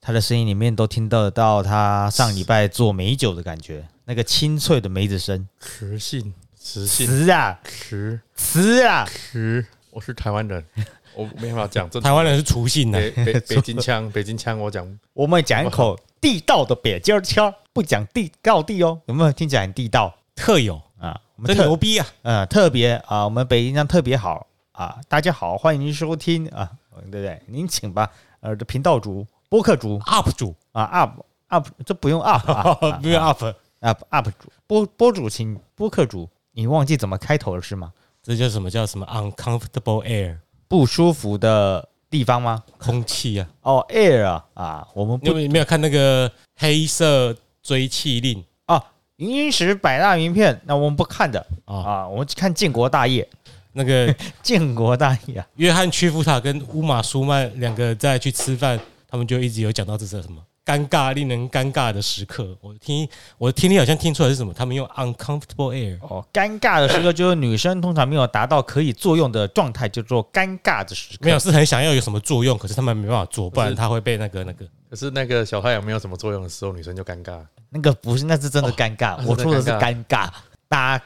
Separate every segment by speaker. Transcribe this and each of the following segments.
Speaker 1: 他的声音里面都听得到他上礼拜做美酒的感觉，那个清脆的梅子声。
Speaker 2: 磁性，磁性，
Speaker 1: 词啊
Speaker 2: 磁
Speaker 1: 词啊，
Speaker 2: 磁，我是台湾人， 我没办法讲这
Speaker 3: 台湾人是除性的、
Speaker 2: 北北北京腔，北京腔我讲
Speaker 1: 我们讲一口地道的北京腔，不讲地道地哦，有没有听起来很地道
Speaker 3: 特有，
Speaker 1: 啊？我们
Speaker 3: 真
Speaker 1: 特
Speaker 3: 牛逼啊！
Speaker 1: 呃特别啊，我们北京腔特别好啊！大家好，欢迎收听啊，对不对？您请吧，呃，这频道主播客主
Speaker 3: UP 主，
Speaker 1: 啊，up up，这不用 up 啊啊
Speaker 3: 不是 UP，
Speaker 1: up up 主播播主请播客主，你忘记怎么开头了是吗？
Speaker 3: 这叫什么叫什么 uncomfortable air
Speaker 1: 不舒服的地方吗？
Speaker 3: 空气啊？
Speaker 1: 哦，air 啊，啊我们
Speaker 3: 你有
Speaker 1: 不
Speaker 3: 没有没有看那个黑色追气令
Speaker 1: 啊，云石百大名片，那我们不看的
Speaker 3: 啊
Speaker 1: 啊，我们只看建国大业，
Speaker 3: 那 个
Speaker 1: 建国大业啊，
Speaker 3: 约翰屈服塔跟乌马舒曼两个在去吃饭，他们就一直有讲到这是什么尴尬令人尴尬的时刻。我听我听力好像听出来是什么，他们用 uncomfortable air。
Speaker 1: 哦，尴尬的时刻就是女生通常没有达到可以作用的状态，叫做尴尬的时刻。
Speaker 3: 没有，是很想要有什么作用，可是他们没办法做，不然他会被那个那个。
Speaker 2: 可是那个小太阳没有什么作用的时候，女生就尴尬。
Speaker 1: 那个不是，那是真的尴尬。
Speaker 2: 哦
Speaker 1: 我说的是
Speaker 2: 那真
Speaker 1: 尴尬，大家。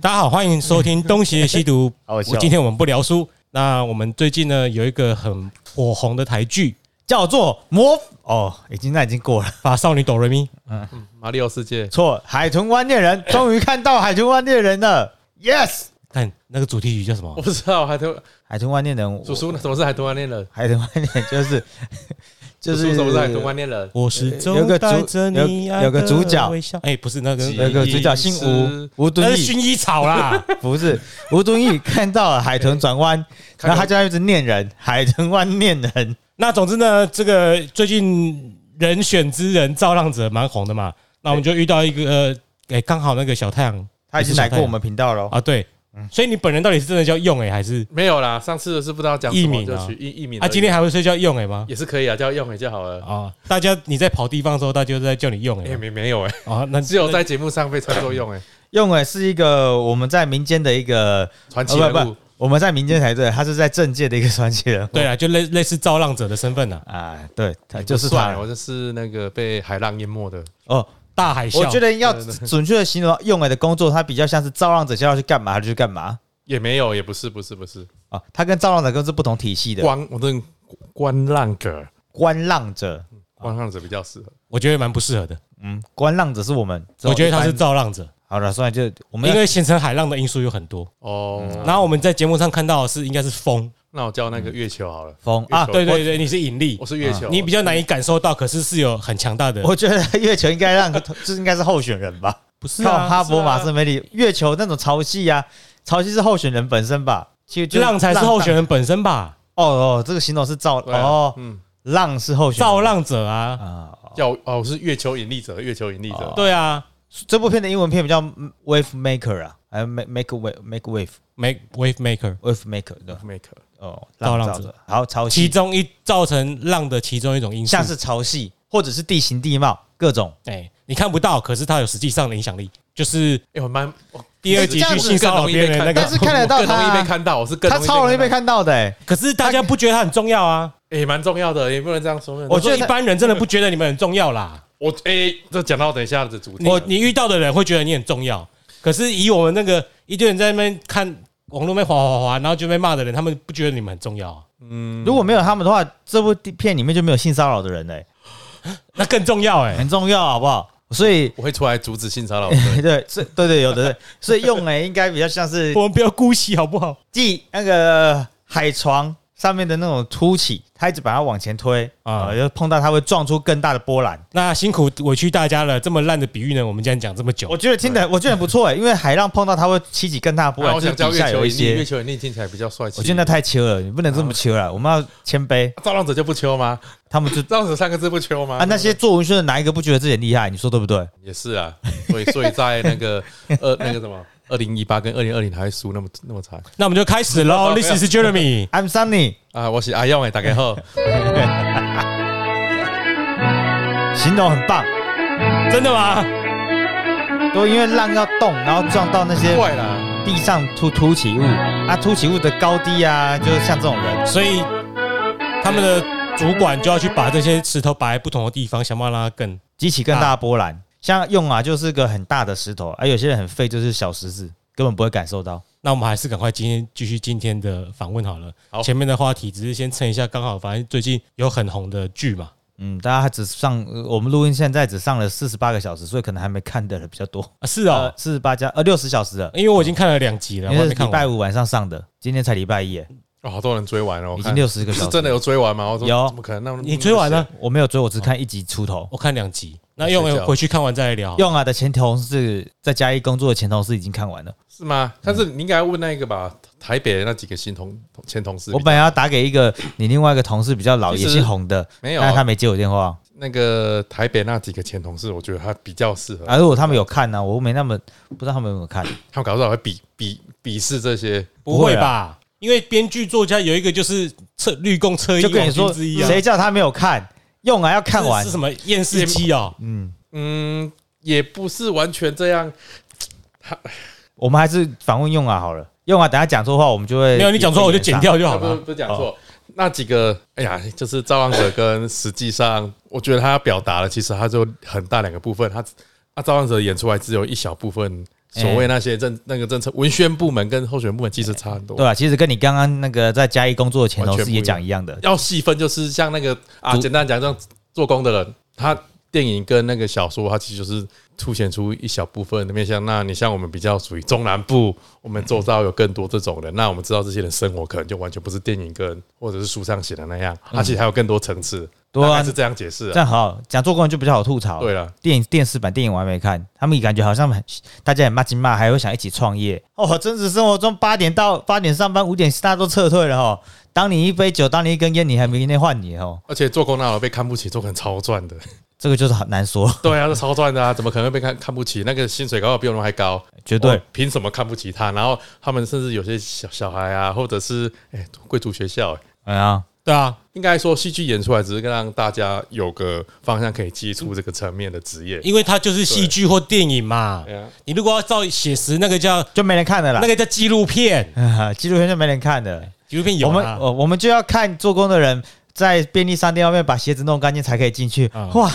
Speaker 3: 大家好，欢迎收听《东邪西毒》
Speaker 1: 好笑
Speaker 3: 我今天我们不聊书，那我们最近呢有一个很火红的台剧
Speaker 1: 叫做魔哦，已经那已经过了。
Speaker 3: 《把少女哆瑞咪》，
Speaker 2: 嗯，马里奥世界，
Speaker 1: 错，海豚湾恋人终于看到海豚湾恋人了，yes！
Speaker 3: 看那个主题曲叫什么
Speaker 2: 我？不知道海豚
Speaker 1: 海豚湾恋人，我
Speaker 2: 叔叔什么是海豚湾恋人？
Speaker 1: 海豚湾恋人就是就
Speaker 2: 叔
Speaker 1: 是
Speaker 2: 叔什么是海豚湾恋人？
Speaker 3: 我始
Speaker 1: 有有
Speaker 3: 终
Speaker 1: 个主
Speaker 3: 带着你爱
Speaker 1: 有
Speaker 3: 的
Speaker 1: 有个主角
Speaker 3: 微笑，哎，不是那个，
Speaker 2: 几
Speaker 1: 有个主角姓
Speaker 2: 是
Speaker 1: 吴，吴
Speaker 3: 那
Speaker 1: 敦
Speaker 3: 是薰
Speaker 1: 义
Speaker 3: 衣草啦。
Speaker 1: 不是吴敦义看到了海豚转弯，
Speaker 2: 看
Speaker 1: 然
Speaker 2: 到
Speaker 1: 后他就一直念人，海豚湾念人，
Speaker 3: 那总之呢，这个最近人选之人造浪者蛮红的嘛，那我们就遇到一个，呃哎，刚好那个小太阳
Speaker 1: 他已经来过我们频道了。
Speaker 3: 啊，对，所以你本人到底是真的叫用哎，还是
Speaker 2: 没有啦，上次是不知道讲什
Speaker 3: 艺
Speaker 2: 么
Speaker 3: 名
Speaker 2: 就
Speaker 3: 啊
Speaker 2: 取艺艺名而
Speaker 3: 啊？
Speaker 2: 已，
Speaker 3: 今天还会睡觉用哎吗？
Speaker 2: 也是可以啊，叫用也就好了。
Speaker 3: 啊，大家你在跑地方的时候，大家就在叫你用哎、
Speaker 2: 哎，没没有 哎，
Speaker 3: 啊，那
Speaker 2: 只有在节目上被称作用哎，
Speaker 1: 用诶是一个我们在民间的一个，
Speaker 2: 传奇
Speaker 1: 呃不
Speaker 2: 人物
Speaker 1: 不，我们在民间才对，他是在政界的一个传奇人物。
Speaker 3: 对啊，就类类似造浪者的身份呐、啊，
Speaker 1: 啊，对，他
Speaker 2: 也不
Speaker 1: 就是
Speaker 2: 算
Speaker 1: 他
Speaker 2: 了我就是那个被海浪淹没的。
Speaker 1: 哦。
Speaker 3: 大海啸。
Speaker 1: 我觉得要
Speaker 2: 对对
Speaker 1: 准确的形容用诶的工作，他比较像是造浪者叫他去干嘛他就去干嘛
Speaker 2: 也没有，也不是，不是，不是
Speaker 1: 啊。他跟造浪者更是不同体系的，
Speaker 2: 观，我这观浪者，
Speaker 1: 观浪者，
Speaker 2: 观浪者比较适合。
Speaker 3: 我觉得蛮不适合的，
Speaker 1: 嗯，观浪者是我们，
Speaker 3: 我觉得他是
Speaker 1: 一般
Speaker 3: 造浪者，
Speaker 1: 好了，算了，就我们
Speaker 3: 因
Speaker 1: 要嗯
Speaker 3: 为形成海浪的因素有很多。
Speaker 2: 哦，
Speaker 3: 然后我们在节目上看到的是应该是风
Speaker 2: 那我叫那个月球好了，
Speaker 1: 风
Speaker 2: 月
Speaker 1: 啊
Speaker 2: 球，
Speaker 3: 对对对，你是引力
Speaker 2: 我，是月球，
Speaker 3: 你比较难以感受到，可是是有很强大的，
Speaker 1: 我觉得月球应该让 这应该是候选人吧，
Speaker 3: 不是
Speaker 1: 靠
Speaker 3: 啊，
Speaker 1: 哈勃马
Speaker 3: 是
Speaker 1: 斯梅里，月球那种潮汐啊，潮汐是候选人本身吧，其实就
Speaker 3: 啊浪才是候选人本身吧，
Speaker 1: 哦哦，这个形容是造
Speaker 2: 对啊
Speaker 1: 哦，
Speaker 2: 嗯，
Speaker 1: 浪是候选人
Speaker 3: 造浪者啊，
Speaker 1: 啊。
Speaker 2: 叫哦，我是月球引力者，月球引力者，
Speaker 3: 对啊
Speaker 1: 这部片的英文片比较 Wave Maker 啊，还 Make Make Wave Make Wave
Speaker 3: ，make wave maker，
Speaker 1: Wave Maker 对
Speaker 2: make
Speaker 1: 哦，
Speaker 3: 造浪
Speaker 1: 造
Speaker 3: 者
Speaker 1: 者，好潮
Speaker 3: 其
Speaker 1: 汐，
Speaker 3: 中一造成浪的其中一种因素，
Speaker 1: 像是潮汐或者是地形地貌各种。
Speaker 3: 哎、你看不到，可是它有实际上的影响力，就是
Speaker 2: 哎，我蛮我
Speaker 3: 第二集
Speaker 1: 这样
Speaker 3: 去
Speaker 1: 子
Speaker 3: 性骚扰别人那
Speaker 2: 更容易被看
Speaker 3: 个，
Speaker 1: 但是看得到
Speaker 2: 更容易被
Speaker 1: 他，
Speaker 2: 看到，我是更
Speaker 1: 他超容易被
Speaker 2: 看
Speaker 1: 看到的欸。
Speaker 3: 可是大家不觉得它很重要啊？
Speaker 2: 到，哎，蛮重要的，也不能这样说。
Speaker 3: 我
Speaker 1: 我
Speaker 3: 觉
Speaker 1: 觉
Speaker 3: 得
Speaker 1: 得
Speaker 3: 一般人真的不觉得你们很重要啦。
Speaker 2: 我哎，这讲到等一下的主题
Speaker 3: 你，你遇到的人会觉得你很重要，可是以我们那个一堆人在那边看网络那边滑滑滑，然后就被骂的人，他们不觉得你们很重要、啊，
Speaker 2: 嗯，
Speaker 1: 如果没有他们的话，这部片里面就没有性骚扰的人嘞，
Speaker 3: 那更重要哎、
Speaker 1: 很重要，好不好？所以
Speaker 2: 我会出来阻止性 骚扰的。
Speaker 1: 对，是，对对，有的对，所以用欸诶应该比较像是
Speaker 3: 我们不要姑息好不好？
Speaker 1: 继那个海床上面的那种凸起，他一直把它往前推
Speaker 3: 啊
Speaker 1: 啊，就碰到它会撞出更大的波澜。
Speaker 3: 那辛苦委屈大家了，这么烂的比喻呢，我们今天讲这么久
Speaker 1: 我，觉得听的，我觉得很不错哎，因为海浪碰到它会起起更大波
Speaker 2: 啊
Speaker 1: 澜，
Speaker 2: 我
Speaker 1: 就是
Speaker 2: 想叫
Speaker 1: 底
Speaker 2: 月
Speaker 1: 下
Speaker 2: 球
Speaker 1: 有一
Speaker 2: 引力，月
Speaker 1: 些。
Speaker 2: 球引力听起来比较帅气。
Speaker 1: 我觉得那太秋了，你不能这么秋了，我们要谦卑。
Speaker 2: 造浪者就不秋吗？
Speaker 1: 他们就
Speaker 2: 造浪者三个字不秋吗？
Speaker 1: 啊，那些做文宣的哪一个不觉得自己很厉害？你说对不对？
Speaker 2: 也是啊，所以所以在那个呃那个什么二零一八跟二零二零还会输那么那么惨
Speaker 3: 那我们就开始 喽。This is Jeremy，
Speaker 1: I'm Sunny，
Speaker 2: 啊！我是阿勇哎，大家好，
Speaker 1: 形容很棒，
Speaker 3: 真的吗？
Speaker 1: 都因为浪要动，然后撞到那些
Speaker 2: 怪啦，
Speaker 1: 地上凸凸
Speaker 3: 嗯
Speaker 1: 起物啊，凸起物的高低啊，就是像这种人，
Speaker 3: 所以他们的主管就要去把这些石头摆在不同的地方，想办法让它更
Speaker 1: 激起更大的波澜。像用啊，就是个很大的石头，而、有些人很废，就是小石子，根本不会感受到。
Speaker 3: 那我们还是赶快今天继续今天的访问好了。
Speaker 2: 好
Speaker 3: 前面的话题只是先蹭一下，刚好反正最近有很红的剧嘛。
Speaker 1: 嗯，大家还只上、呃我们录音现在只上了四十八个小时，所以可能还没看的人比较多。
Speaker 3: 啊，是哦，
Speaker 1: 四十八加呃六十小时了，
Speaker 3: 因为我已经看了两集了，我
Speaker 1: 因
Speaker 3: 还
Speaker 1: 为是
Speaker 3: 没
Speaker 1: 礼
Speaker 3: 看
Speaker 1: 拜
Speaker 3: 完。
Speaker 1: 五晚上上的，今天才礼拜一耶，
Speaker 2: 哦，好多人追完了，我
Speaker 1: 已
Speaker 2: 看
Speaker 1: 经六十个小
Speaker 2: 是
Speaker 1: 时。
Speaker 2: 真的有追完吗？我说
Speaker 1: 有
Speaker 2: 怎么可能？那
Speaker 3: 你追完了？？
Speaker 1: 我没有追，我只看一集出头。
Speaker 3: 我看两集，那用
Speaker 2: 睡觉
Speaker 3: 回去看完再聊。
Speaker 1: 用啊的前同事在嘉义工作的前同事已经看完了，
Speaker 2: 是吗？但是你应该问那个吧，台北的那几个新同前同事比较，
Speaker 1: 我本来要打给一个你另外一个同事比较老
Speaker 2: 其
Speaker 1: 也
Speaker 2: 实
Speaker 1: 姓洪的，
Speaker 2: 没有
Speaker 1: 啊但是他没接我电话。
Speaker 2: 那个台北那几个前同事，我觉得他比较适合，
Speaker 1: 啊，如果他们有看呢、我没那么不知道他们有没有看。
Speaker 2: 他们搞不好会鄙鄙鄙视这些。
Speaker 3: 不会
Speaker 1: 啊
Speaker 3: 吧？因为编剧作家有一个就是测绿共测一
Speaker 1: 就跟你
Speaker 3: 网
Speaker 1: 说，
Speaker 3: 军之一啊，
Speaker 1: 谁叫他没有看？用啊要看完
Speaker 3: 是是，什么验视机哦？
Speaker 1: 嗯，
Speaker 2: 嗯，也不是完全这样。
Speaker 1: 我们还是访问用啊好了。用啊，等下讲错话，我们就会
Speaker 3: 没有，你讲错我就剪。掉就好
Speaker 2: 不
Speaker 3: 了。
Speaker 2: 不讲错。哦那几个，哎呀，就是造浪者跟实际上，我觉得他要表达的，其实他就很大两个部分。他啊，造浪者演出来只有一小部分，所谓那些政那个政策文宣部门跟候选部门其实差很多。
Speaker 1: 对啊，其实跟你刚刚那个在嘉义工作的前同
Speaker 2: 完全
Speaker 1: 事
Speaker 2: 不一样
Speaker 1: 也讲一样的，
Speaker 2: 要细分，就是像那个啊，
Speaker 1: 主
Speaker 2: 简单讲，这样做工的人，他电影跟那个小说，它其实就是凸显出一小部分的面向。那你像我们比较属于中南部，我们周遭有更多这种人，那我们知道这些人生活可能就完全不是电影跟或者是书上写的那样，而且还有更多层次。
Speaker 1: 对啊
Speaker 2: 大概是这样解释
Speaker 1: 这
Speaker 2: 嗯啊。
Speaker 1: 样好讲做工就比较好吐槽。
Speaker 2: 对啊了，
Speaker 1: 电影电视版电影我还没看，他们感觉好像很大家很骂金骂，还会想一起创业。哦，真实生活中八点到八点上班，五点大家都撤退了哦。当你一杯酒，当你一根烟，你还明天换你哦，
Speaker 2: 而且做工那老被看不起，做很超赚的。
Speaker 1: 这个就是很难说，
Speaker 2: 对啊，是超赚的啊，怎么可能会被看看不起？那个薪水搞到比我们还高。
Speaker 1: 绝对
Speaker 2: 哦，凭什么看不起他？然后他们甚至有些小小孩啊，或者是哎贵、族学校、哎
Speaker 1: 哎呀，
Speaker 3: 对啊，
Speaker 2: 应该说戏剧演出来只是让大家有个方向可以接触这个层面的职业。
Speaker 3: 因为它就是戏剧或电影嘛
Speaker 2: 哎。呀
Speaker 3: 你如果要照写实，那个叫
Speaker 1: 就没人看的啦
Speaker 3: 那。个叫纪录片，
Speaker 1: 纪录片就没人看的，
Speaker 3: 纪录片有
Speaker 1: 我们哦
Speaker 3: 啊。
Speaker 1: 我我们就要看做工的人在便利商店外面把鞋子弄干净才可以进去。
Speaker 3: 嗯
Speaker 1: 哇，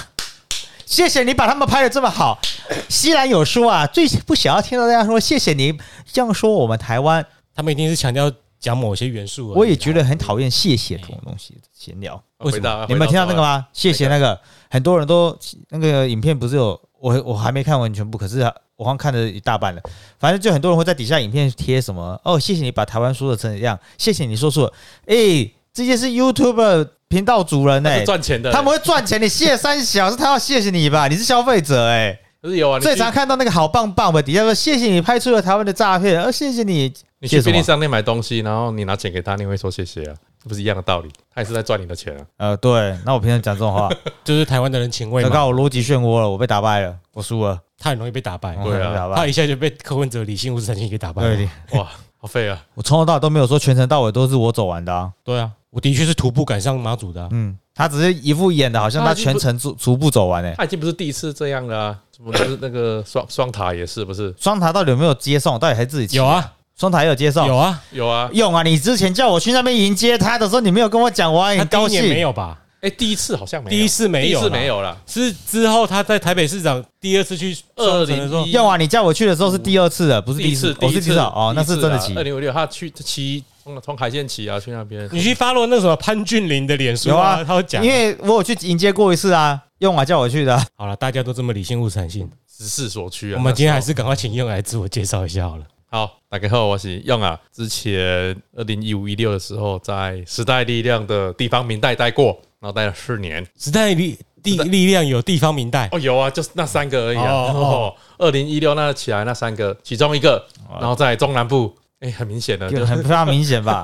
Speaker 1: 谢谢你把他们拍的这么好。西兰有书啊，最不想要听到大家说谢谢你这样说我们台湾，
Speaker 3: 他们一定是强调讲某些元素而已啊。
Speaker 1: 我也觉得很讨厌谢谢这种东西闲聊。
Speaker 3: 为什
Speaker 2: 哎啊回到
Speaker 1: 你们有听到那个？
Speaker 2: 回
Speaker 1: 吗？谢谢那个，很多人都那个影片不是有我我还没看完全部，可是我好像看了一大半了。反正就很多人会在底下影片贴什么哦，谢谢你把台湾说的成这样，谢谢你说出了，哎、这些是 YouTube 频道主人
Speaker 2: 到
Speaker 1: 哎、
Speaker 2: 是赚钱的，
Speaker 1: 他们会赚钱，你谢三小是他要谢谢你吧？你是消费者哎、
Speaker 2: 就是有啊。你去
Speaker 1: 最常看到那个好棒棒吧，底下说谢谢你拍出了台湾的诈骗，呃，谢谢你，
Speaker 2: 你
Speaker 1: 谢什
Speaker 2: 去
Speaker 1: 么
Speaker 2: 便利商店买东西，然后你拿钱给他，你会说谢谢啊，不是一样的道理？他也是在赚你的钱啊。
Speaker 1: 呃，对，那我平常讲这种话，
Speaker 3: 就是台湾的人情味
Speaker 1: 糟
Speaker 3: 嘛，
Speaker 1: 糕，我逻辑漩涡了，我被打败了，我输了，
Speaker 3: 他很容易被打败，
Speaker 1: 我
Speaker 2: 对啊
Speaker 1: 被打败
Speaker 3: 他一下就被柯文哲理性无神经给打败了。
Speaker 1: 嗯对，
Speaker 2: 哇，好废啊！
Speaker 1: 我从头到尾都没有说全程到尾都是我走完的啊。
Speaker 3: 对啊，我的确是徒步赶上马祖的啊。
Speaker 1: 嗯，他只是一副演的，好像他全程逐逐步走完欸诶、
Speaker 2: 他已经不是第一次这样了啊，什么就是那个双双塔也是不是？
Speaker 1: 双塔到底有没有接送？到底还自己骑
Speaker 3: 有？啊，
Speaker 1: 双塔也有接送。
Speaker 3: 有啊，
Speaker 2: 有啊，
Speaker 1: 用啊！你之前叫我去那边迎接他的时候，你没有跟我讲，我还
Speaker 3: 他
Speaker 1: 哎很
Speaker 3: 第一
Speaker 1: 高
Speaker 3: 年没
Speaker 1: 兴。
Speaker 3: 有吧？
Speaker 2: 哎，第一次好像没有，
Speaker 3: 第一次没有
Speaker 2: 第一次
Speaker 3: 啦
Speaker 2: 没有了。
Speaker 3: 是之后他在台北市长第二次去双城的时候
Speaker 2: 2011
Speaker 1: 用啊！你叫我去的时候是第二次了，不是
Speaker 2: 第
Speaker 1: 第
Speaker 2: 一次，啊
Speaker 1: 我是第一次
Speaker 3: 啊
Speaker 1: 哦，那是真的骑
Speaker 2: 二。零五六，他去骑从从海线骑啊，去那边。
Speaker 3: 你去 follow 那个什么潘俊霖的脸书
Speaker 1: 有啊
Speaker 3: 啊，他有讲啊，
Speaker 1: 因为我有去迎接过一次啊，用啊叫我去的 啊。
Speaker 3: 好了，大家都这么理性务诚信，
Speaker 2: 时事所趋啊。
Speaker 3: 我们今天还
Speaker 2: 那时
Speaker 3: 是赶快请用来自我介绍一下好了。
Speaker 2: 候好，大家好，我是用啊。之前二零一五一六的时候，在时代力量的地方明代待过，然后待了四年。
Speaker 3: 时代力地力量有地方明代，
Speaker 2: 哦，有啊，就是那三个而已啊。
Speaker 3: 哦
Speaker 2: 哦，二零一六那起来那三个，其中一个，然后在中南部，哎，很明显的
Speaker 1: 就
Speaker 2: 就
Speaker 1: 很非常明显 吧？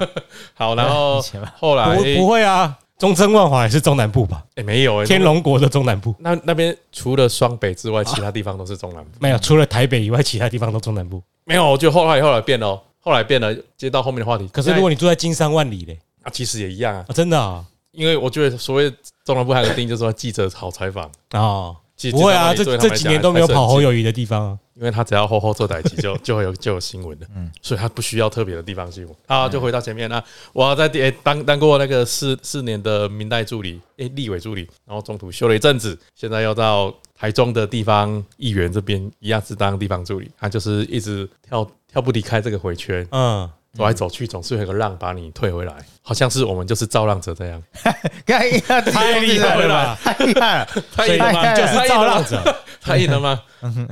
Speaker 2: 好。然后
Speaker 1: 明显吧
Speaker 2: 后来
Speaker 3: 不
Speaker 2: 哎
Speaker 3: 不会啊，中贞万华也是中南部吧？
Speaker 2: 哎没有哎，
Speaker 3: 天龙国的中南部
Speaker 2: 那那边除了双北之外，其他地方都是中南部。
Speaker 3: 没有，除了台北以外，其他地方都中南部。
Speaker 2: 没有，我觉得后来后来变了哦，后来变了。接到后面的话题，
Speaker 3: 可是如果你住在金山万里嘞，
Speaker 2: 啊，其实也一样啊，
Speaker 3: 啊，真的啊，
Speaker 2: 因为我觉得所谓中南部还有个定义，就是说记者好采访。
Speaker 3: 哦，
Speaker 2: 其实
Speaker 3: 不会啊，
Speaker 2: 基
Speaker 3: 这
Speaker 2: 本上对他们
Speaker 3: 这
Speaker 2: 来
Speaker 3: 几
Speaker 2: 讲
Speaker 3: 年都没有跑
Speaker 2: 还
Speaker 3: 侯
Speaker 2: 是很近，
Speaker 3: 友谊的地方啊。
Speaker 2: 因为他只要后后做代级 就就会有就有新闻的，嗯，所以他不需要特别的地方新闻。
Speaker 3: 嗯
Speaker 2: 啊，就回到前面那我在第、诶当当过那个四四年的明代助理，诶、立委助理，然后中途休了一阵子，现在要到台中的地方议员这边一样是当地方助理，他就是一直跳跳不离开这个回圈，
Speaker 3: 嗯，
Speaker 2: 走来走去总是会有个浪把你退回来，好像是我们就是造浪者这 样。
Speaker 1: 看一下，
Speaker 3: 太厉害了吧
Speaker 1: 太厉害了！
Speaker 2: 太
Speaker 3: 所以
Speaker 2: 硬了
Speaker 1: 太
Speaker 2: 吗？
Speaker 1: 硬
Speaker 3: 就
Speaker 1: 了
Speaker 3: 是造浪， 者，嗯
Speaker 2: 太硬了吗？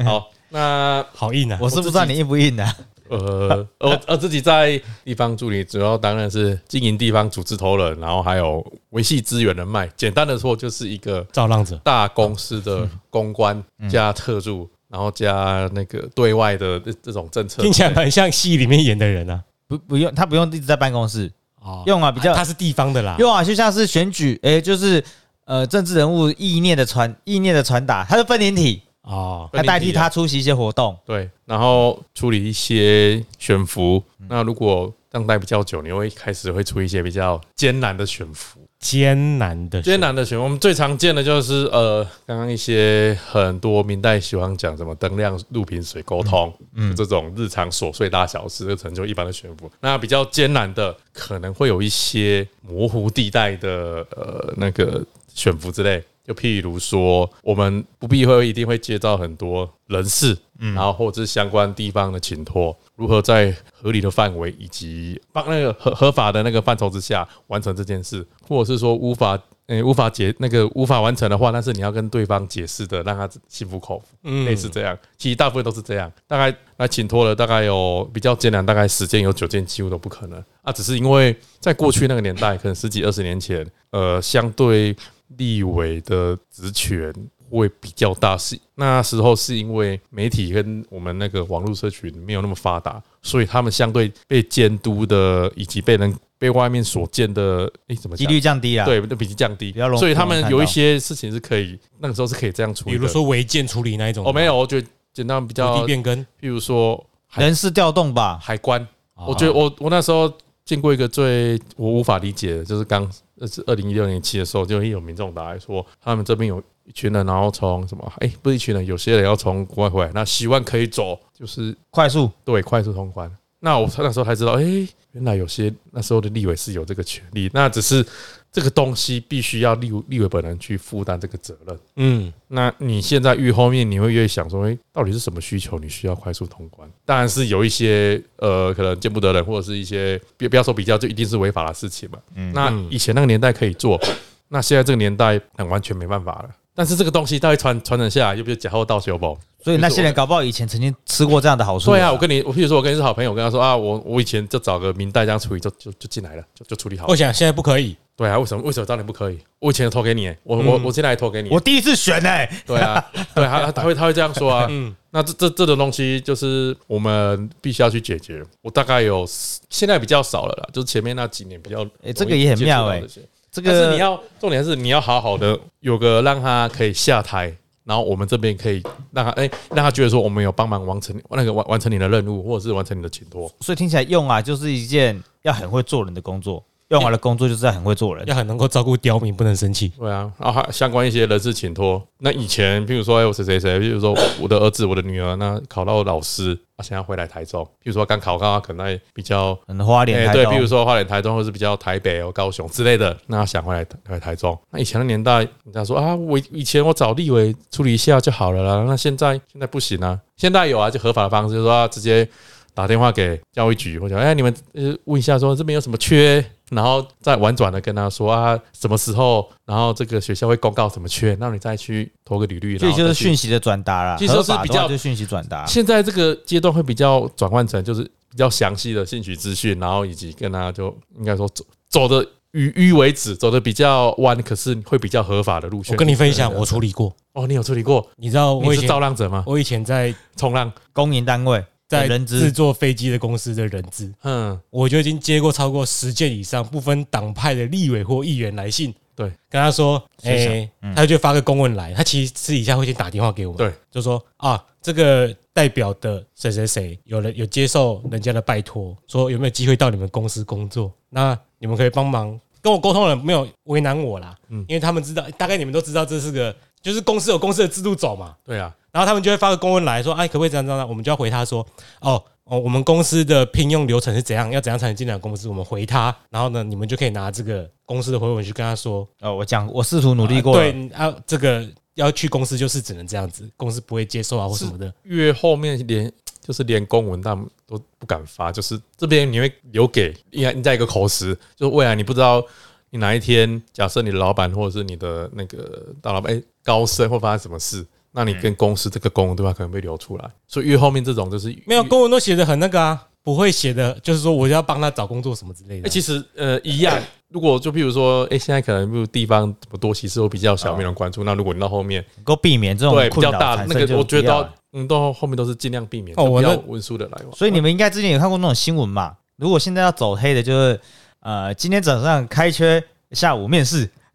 Speaker 2: 好，那
Speaker 3: 好硬啊！
Speaker 1: 我是不知道你硬不硬的、
Speaker 2: 呃，我我自己在地方助理，主要当然是经营地方组织头人，然后还有维系资源人脉。简单的说，就是一个
Speaker 3: 造浪者，
Speaker 2: 大公司
Speaker 3: 嗯
Speaker 2: 的公关加特助，然后加那个对外的这这种政策。
Speaker 3: 听起来蛮像戏里面演的 人啊。
Speaker 1: 不不用他不用一直在办公室
Speaker 3: 哦，
Speaker 1: 用啊，比较
Speaker 3: 他是地方的啦。
Speaker 1: 用啊，就像是选举，哎、就是呃政治人物意念的传意念的传达，他是分灵体，
Speaker 3: 哦，
Speaker 1: 他
Speaker 2: 啊
Speaker 1: 代替他出席一些活动，
Speaker 2: 对，然后处理一些选服。那如果当待比较久，你会开始会出一些比较艰难的选服。
Speaker 3: 艰难的，
Speaker 2: 艰。难的选，我们最常见的就是呃，刚刚一些很多明代喜欢讲什么灯亮、路平、水沟通，嗯，这种日常琐碎大小事，成就一般的选服。那比较艰难的，可能会有一些模糊地带的呃那个选服之类。就譬如说，我们不必会一定会接到很多人事，嗯，然后或者是相关地方的请托，如何在合理的范围以及帮那个合合法的那个范畴之下完成这件事，或者是说无法诶、无法解那个无法完成的话，但是你要跟对方解释的，让他心服口服，
Speaker 3: 嗯
Speaker 2: 类似这样。其实大部分都是这样，大概那请托了大概有比较艰难，大概十件有九件几乎都不可能啊，只是因为在过去那个年代，可能十几二十年前，呃，相对立委的职权。会比较大，是那时候是因为媒体跟我们那个网络社群没有那么发达，所以他们相对被监督的，以及被人被外面所见的，诶、怎么
Speaker 1: 几
Speaker 2: 讲？
Speaker 1: 率降低了。
Speaker 2: 对，那比例降低
Speaker 1: 啊比较容，易
Speaker 2: 所以他们
Speaker 1: 看
Speaker 2: 有一
Speaker 1: 到
Speaker 2: 些事情是可以那个时候是可以这样处
Speaker 3: 比
Speaker 2: 理的。
Speaker 3: 如说违建处理那一种，
Speaker 2: 哦，没有，我觉得简单比
Speaker 3: 土
Speaker 2: 较
Speaker 3: 地，变更，
Speaker 2: 譬如说海
Speaker 1: 人事调动吧，
Speaker 2: 海关，
Speaker 3: 哦
Speaker 2: 我觉得我我那时候见过一个最我无法理解的，就是刚呃是二零一六年七的时候，就有民众打来说，他们这边有一群人，然后从什么哎、不是一群人，有些人要从国外回来，那希望可以走，就是
Speaker 1: 快速
Speaker 2: 对，快速通关。那我那时候才知道，哎、原来有些那时候的立委是有这个权利，那只是这个东西必须要立立委本人去负担这个责任。
Speaker 3: 嗯，
Speaker 2: 那你现在越后面，你会越想说，哎、到底是什么需求你需要快速通关？当然是有一些呃，可能见不得人，或者是一些别不要说比较，就一定是违法的事情嘛。那以前那个年代可以做，那现在这个年代呃完全没办法了。但是这个东西它会传传承下来，又不是假后到修补。
Speaker 1: 所以那些人搞不好以前曾经吃过这样的好处。
Speaker 2: 对啊，我跟你，我譬如说，我跟你是好朋友，我跟他说啊，我我以前就找个明代这样处理，就就就进来了，就就处理好
Speaker 3: 我
Speaker 2: 了。
Speaker 3: 想现在不可以，
Speaker 2: 对啊，为什么为什么当年不可以？我以前投给你、我我我现在还投给你、
Speaker 1: 我第一次选哎、
Speaker 2: 对 啊，对啊，他他会他会这样说啊。
Speaker 1: 嗯
Speaker 2: 那这这这种东西就是我们必须要去解决。我大概有现在比较少了啦，就是前面那几年比较容易接触到
Speaker 1: 诶
Speaker 2: 这些。
Speaker 1: 这个也很妙诶这
Speaker 2: 但是你
Speaker 1: 个
Speaker 2: 要重点是你要好好的有个让他可以下台，然后我们这边可以让他哎、让他觉得说我们有帮忙完成那个完完成你的任务，或者是完成你的请托。
Speaker 1: 所以听起来用啊，就是一件要很会做人的工作。用完了工作就是要很会做人，
Speaker 3: 要很能够照顾刁民，不能生气。
Speaker 2: 对啊，然后还相关一些人事请托。那以前，譬如说，哎，我谁谁谁，譬如说我的儿子、我的女儿，那考到老师，啊，想要回来台中，譬如说刚考到，可能在比较，
Speaker 1: 可能花
Speaker 2: 哎、
Speaker 1: 脸台
Speaker 2: 对，
Speaker 1: 中
Speaker 2: 譬如说花莲、台中，或是比较台北、哦、高雄之类的，那他想回来回来台中。那以前的年代，人家说啊，我以前我找立委处理一下就好了啦，那现在现在不行啊，现在有啊，就合法的方式，就是说、啊、直接打电话给教育局，或者哎、你们呃问一下说这边有什么缺，然后再婉转的跟他说啊什么时候，然后这个学校会公告什么缺，那你再去投个履历，
Speaker 1: 所以就
Speaker 2: 然
Speaker 1: 是
Speaker 2: 后再去
Speaker 1: 讯。息的转达啦，
Speaker 2: 其实就是
Speaker 1: 合法的
Speaker 2: 比较
Speaker 1: 话就讯息转达。
Speaker 2: 啊现在这个阶段会比较转换成就是比较详细的兴趣资讯，然后以及跟他就应该说走走的迂迂为止，走的比较弯，可是会比较合法的路线。
Speaker 3: 我跟你分享，我处理过。
Speaker 2: 哦，你有处理过？
Speaker 3: 你知道我
Speaker 2: 你
Speaker 3: 以
Speaker 2: 是造
Speaker 3: 前
Speaker 2: 浪者吗？
Speaker 3: 我以前在
Speaker 2: 冲浪？
Speaker 1: 公营单位
Speaker 3: 在
Speaker 1: 人
Speaker 3: 制
Speaker 1: 资，
Speaker 3: 作飞机的公司的人资，
Speaker 2: 嗯，
Speaker 3: 我就已经接过超过十件以上不分党派的立委或议员来信，
Speaker 2: 对，嗯
Speaker 3: 跟他说，
Speaker 1: 是想
Speaker 3: 哎，他就发个公文来，他其实私底下会先打电话给我，
Speaker 2: 对，
Speaker 3: 就说啊，这个代表的谁谁谁有人有接受人家的拜托，说有没有机会到你们公司工作，那你
Speaker 2: 嗯
Speaker 3: 们可以帮忙跟我沟通的人没有为难我啦，因为他们知道大概你们都知道这是个就是公司有公司的制度走嘛，
Speaker 2: 对啊，
Speaker 3: 然后他们就会发个公文来说，哎，可不可以这样这样？这样我们就要回他说，哦哦，我们公司的聘用流程是怎样，要怎样才能进来公司？我们回他，然后呢，你们就可以拿这个公司的回文去跟他说，
Speaker 1: 哦，我讲，我试图努力过
Speaker 3: 啊
Speaker 1: 了，
Speaker 3: 对啊，这个要去公司就是只能这样子，公司不会接受啊或什么的。
Speaker 2: 越后面连就是连公文他们都不敢发，就是这边你会留给应该应该一个口实，就是未来你不知道你哪一天，假设你的老板或者是你的那个大老板、哎高升会发生什么事，那你跟公司这个公文对吧可能被流出来，所以越后面这种就是
Speaker 3: 没有公文都写的很那个啊，不会写的，就是说我要帮他找工作什么之类
Speaker 2: 哎、
Speaker 3: 的。
Speaker 2: 其实呃一样，如果就譬如说，哎、现在可能比如地方什么多歧视会比较小，
Speaker 1: 哦
Speaker 2: 没人关注。那如果你到后面
Speaker 1: 能够避免这种
Speaker 2: 对比
Speaker 1: 困
Speaker 2: 较
Speaker 1: 扰
Speaker 2: 大
Speaker 1: 产
Speaker 2: 那
Speaker 1: 生
Speaker 2: 个，
Speaker 1: 就
Speaker 2: 我觉
Speaker 1: 不要
Speaker 2: 得
Speaker 1: 了
Speaker 2: 嗯到后面都是尽量避免，就
Speaker 3: 哦我
Speaker 2: 不要
Speaker 3: 那
Speaker 2: 文书的来往。
Speaker 1: 所以你们应该之前也看过那种新闻嘛？如果现在要走黑的，就是呃，今天早上开缺，下午面试，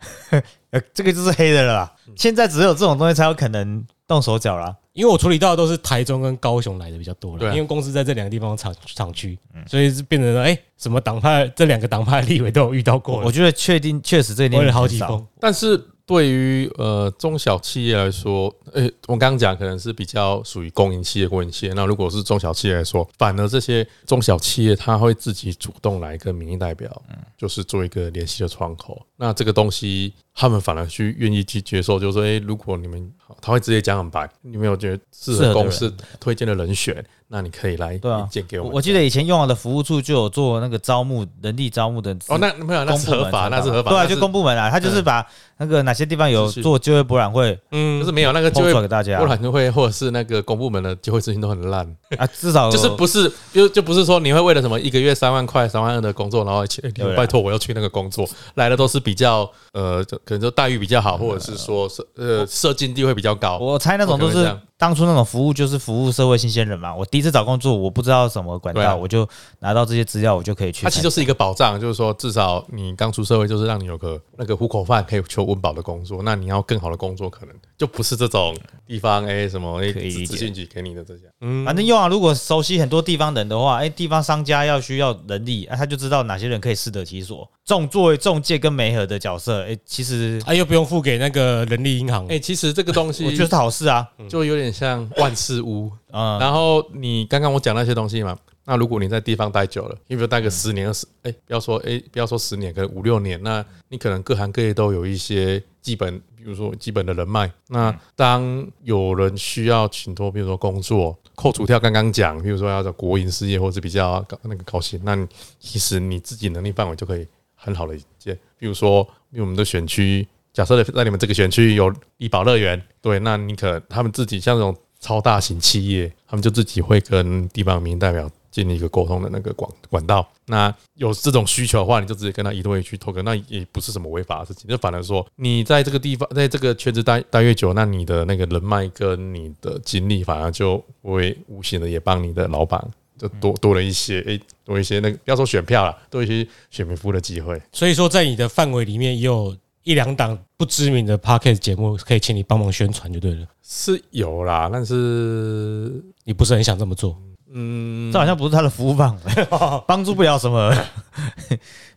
Speaker 1: 呃，这个就是黑的了啦。
Speaker 2: 嗯
Speaker 1: 现在只有这种东西才有可能动手脚啦。
Speaker 3: 因为我处理到的都是台中跟高雄来的比较多
Speaker 2: 对
Speaker 3: 了，
Speaker 2: 啊
Speaker 3: 因为公司在这两个地方厂厂区，所以是变成了哎、什么党派这两个党派的立委都有遇到过了
Speaker 1: 我觉得确定确实这一点
Speaker 3: 我有好几封。
Speaker 2: 但是对于呃中小企业来说，诶、我刚刚讲可能是比较属于公营企业、国营企业。那如果是中小企业来说，反而这些中小企业它会自己主动来跟民意代表，
Speaker 1: 嗯
Speaker 2: 就是做一个联系的窗口。那这个东西他们反而去愿意去接受，就是说，诶、如果你们他会直接讲很白，你们有觉得适
Speaker 1: 适合
Speaker 2: 合
Speaker 1: 的
Speaker 2: 公
Speaker 1: 人
Speaker 2: 司推荐的人选，那你可以来
Speaker 1: 对啊
Speaker 2: 意见给我
Speaker 1: 我
Speaker 2: 们。
Speaker 1: 我记得以前用好的服务处就有做那个招募人力招募的资
Speaker 2: 哦，那没有，那
Speaker 1: 公
Speaker 2: 是
Speaker 1: 部门
Speaker 2: 合法，
Speaker 1: 才
Speaker 2: 那是合法，
Speaker 1: 对啊，
Speaker 2: 那是嗯
Speaker 1: 就公部门啊，他就是把那个哪些地方有
Speaker 2: 是是
Speaker 1: 做就业博览会
Speaker 3: 嗯，
Speaker 2: 就是没有那个就
Speaker 1: 抛
Speaker 2: 会
Speaker 1: 出来给大家
Speaker 2: 博览会或者是那个公部门的就会资讯都很烂，
Speaker 1: 啊，至少
Speaker 2: 就是不是就就不是说你会为了什么一个月三万块、三万二的工作，然后去
Speaker 1: 对啊
Speaker 2: 拜托我要去那个工作，来的都是比较呃，就可能就待遇比较好，或者是说是呃社经地位比较高。
Speaker 1: 我猜那种都
Speaker 2: 我可能这
Speaker 1: 是
Speaker 2: 样
Speaker 1: 当初那种服务就是服务社会新鲜人嘛。我第一次找工作，我不知道什么管道，
Speaker 2: 对啊
Speaker 1: 我就拿到这些资料，我就可以去参加。
Speaker 2: 它其实就是一个保障，就是说至少你刚出社会，就是让你有个那个糊口饭可以求温饱的工作。那你要更好的工作，可能就不是这种地方哎、什么哎
Speaker 1: 可以理解
Speaker 2: 资讯局给你的这些。
Speaker 1: 反正用啊，如果熟悉很多地方人的话，哎、地方商家要需要人力，啊，他就知道哪些人可以适得其所。重作为中介跟媒合的角色，哎、其实
Speaker 3: 啊，又不用付给那个人力银行。
Speaker 2: 哎、其实这嗯个东西
Speaker 1: 我觉得是好事啊。
Speaker 2: 就有点像万事屋。
Speaker 1: 嗯，
Speaker 2: 然后你刚刚我讲那些东西嘛，那如果你在地方待久了，你比如待个十年、二十，哎，不要说哎、不要说十年，可能五六年，那你可能各行各业都有一些基本，比如说基本的人脉。那当有人需要请托，比如说工作，扣除掉刚刚讲，比如说要找国营事业或者比较高那个高薪，那你其实你自己能力范围就可以很好的一些，比如说，因为我们的选区，假设在你们这个选区有怡宝乐园，对，那你可他们自己像这种超大型企业，他们就自己会跟地方民意代表建立一个沟通的那个管管道。那有这种需求的话，你就直接跟他一对一去 t a 那也不是什么违法的事情。就反而说，你在这个地方，在这个圈子待待越久，那你的那个人脉跟你的经历，反而就会无形的也帮你的老板。就多多了一些，诶、多一些那个，不要说选票了，多一些选民服务的机会。
Speaker 3: 所以说，在你的范围里面也有一两档不知名的 podcast 节目，可以请你帮忙宣传就对了。
Speaker 2: 是有啦，但是
Speaker 3: 你不是很想这么做，
Speaker 2: 嗯，
Speaker 1: 这好像不是他的服务范围， 帮助不了什么，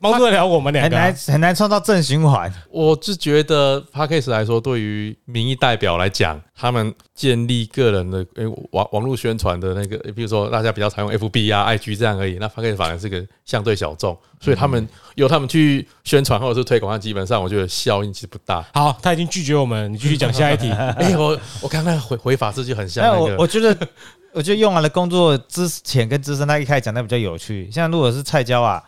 Speaker 3: 帮助得了我们两
Speaker 1: 很
Speaker 3: 个啊、
Speaker 1: 难很难创造正循环。
Speaker 2: 我是觉得 p a c k a g e 来说，对于民意代表来讲，他们建立个人的诶、网网络宣传的那个，诶比如说大家比较常用 FB 啊、IG 这样而已，那 p a c k a g e 反而是个相对小众，所以他
Speaker 1: 嗯
Speaker 2: 们由他们去宣传或者是推广，它基本上我觉得效应其实不大。
Speaker 3: 好，他已经拒绝我们，你继续讲下一题。
Speaker 2: 哎、我我刚刚回回法式就很像
Speaker 1: 但
Speaker 2: 那
Speaker 1: 哎我
Speaker 2: 个，
Speaker 1: 我觉得， 我觉得用完了工作之前跟资深，他一开始讲的比较有趣。像如果是菜椒啊，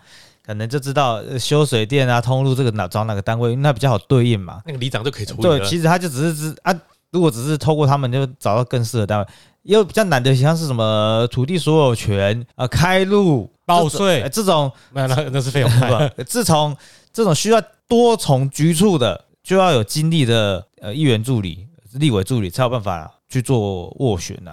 Speaker 1: 可能就知道呃修水电啊、通路这个哪找哪个单位，因为它比较好对应嘛。
Speaker 2: 那个里长就可以处理
Speaker 1: 对，
Speaker 2: 了。
Speaker 1: 其实他就只是知啊，如果只是透过他们就找到更适合单位，也有比较难的，像是什么土地所有权啊、呃开路、
Speaker 3: 报
Speaker 1: 这
Speaker 3: 税
Speaker 1: 呃这种，
Speaker 3: 那那那是费用
Speaker 1: 不，自从这种需要多重局处的，就要有经历的呃议员助理、立委助理才有办法去做斡旋呐、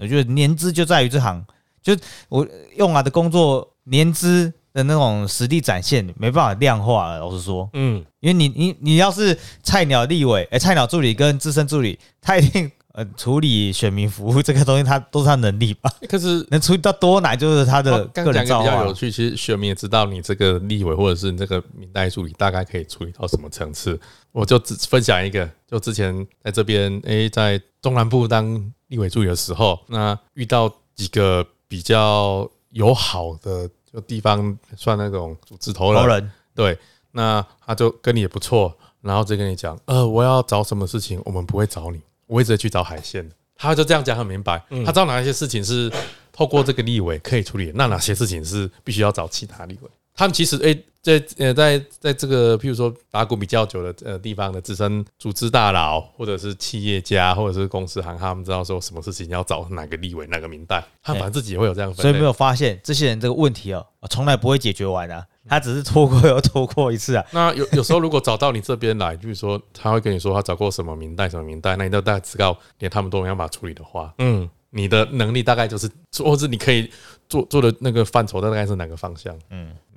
Speaker 1: 我觉得年资就在于这行，就我用啊的工作年资的那种实力展现没办法量化了，老实说。
Speaker 3: 嗯，
Speaker 1: 因为你你你要是菜鸟立委，哎、菜鸟助理跟资深助理，他一定呃处理选民服务这个东西，他都是他能力吧，
Speaker 2: 可是
Speaker 1: 能处理到多难就是他的
Speaker 2: 哦刚
Speaker 1: 个
Speaker 2: 讲
Speaker 1: 人
Speaker 2: 一个
Speaker 1: 造
Speaker 2: 比较有
Speaker 1: 化。
Speaker 2: 趣，其实选民也知道你这个立委或者是你这个民代助理大概可以处理到什么层次。我就只分享一个，就之前在这边诶、在中南部当立委助理的时候，那遇到几个比较友好的就地方算那种组织头人
Speaker 1: 头，人
Speaker 2: 对，那他就跟你也不错，然后就跟你讲，呃，我要找什么事情，我们不会找你，我一直去找海鲜的。他就这样讲很明白，
Speaker 1: 嗯
Speaker 2: 他知道哪一些事情是透过这个立委可以处理的，那哪些事情是必须要找其他立委。他们其实诶、在呃，在在这个譬如说打鼓比较久的呃地方的资深组织大佬，或者是企业家，或者是公司行，他们知道说什么事情要找哪个立委、哪个明代，他们反正自己也会有这样分
Speaker 1: 所
Speaker 2: 类。
Speaker 1: 以没有发现这些人这个问题哦，从来不会解决完啊，他只是拖过 又拖过一次啊。
Speaker 2: 那有有时候如果找到你这边来，就是说他会跟你说他找过什么明代什么明代，那你就大概知道连他们都没办法处理的话，
Speaker 3: 嗯，
Speaker 2: 你的能力大概就是，或者你可以做做的那个范畴大概是哪个方向？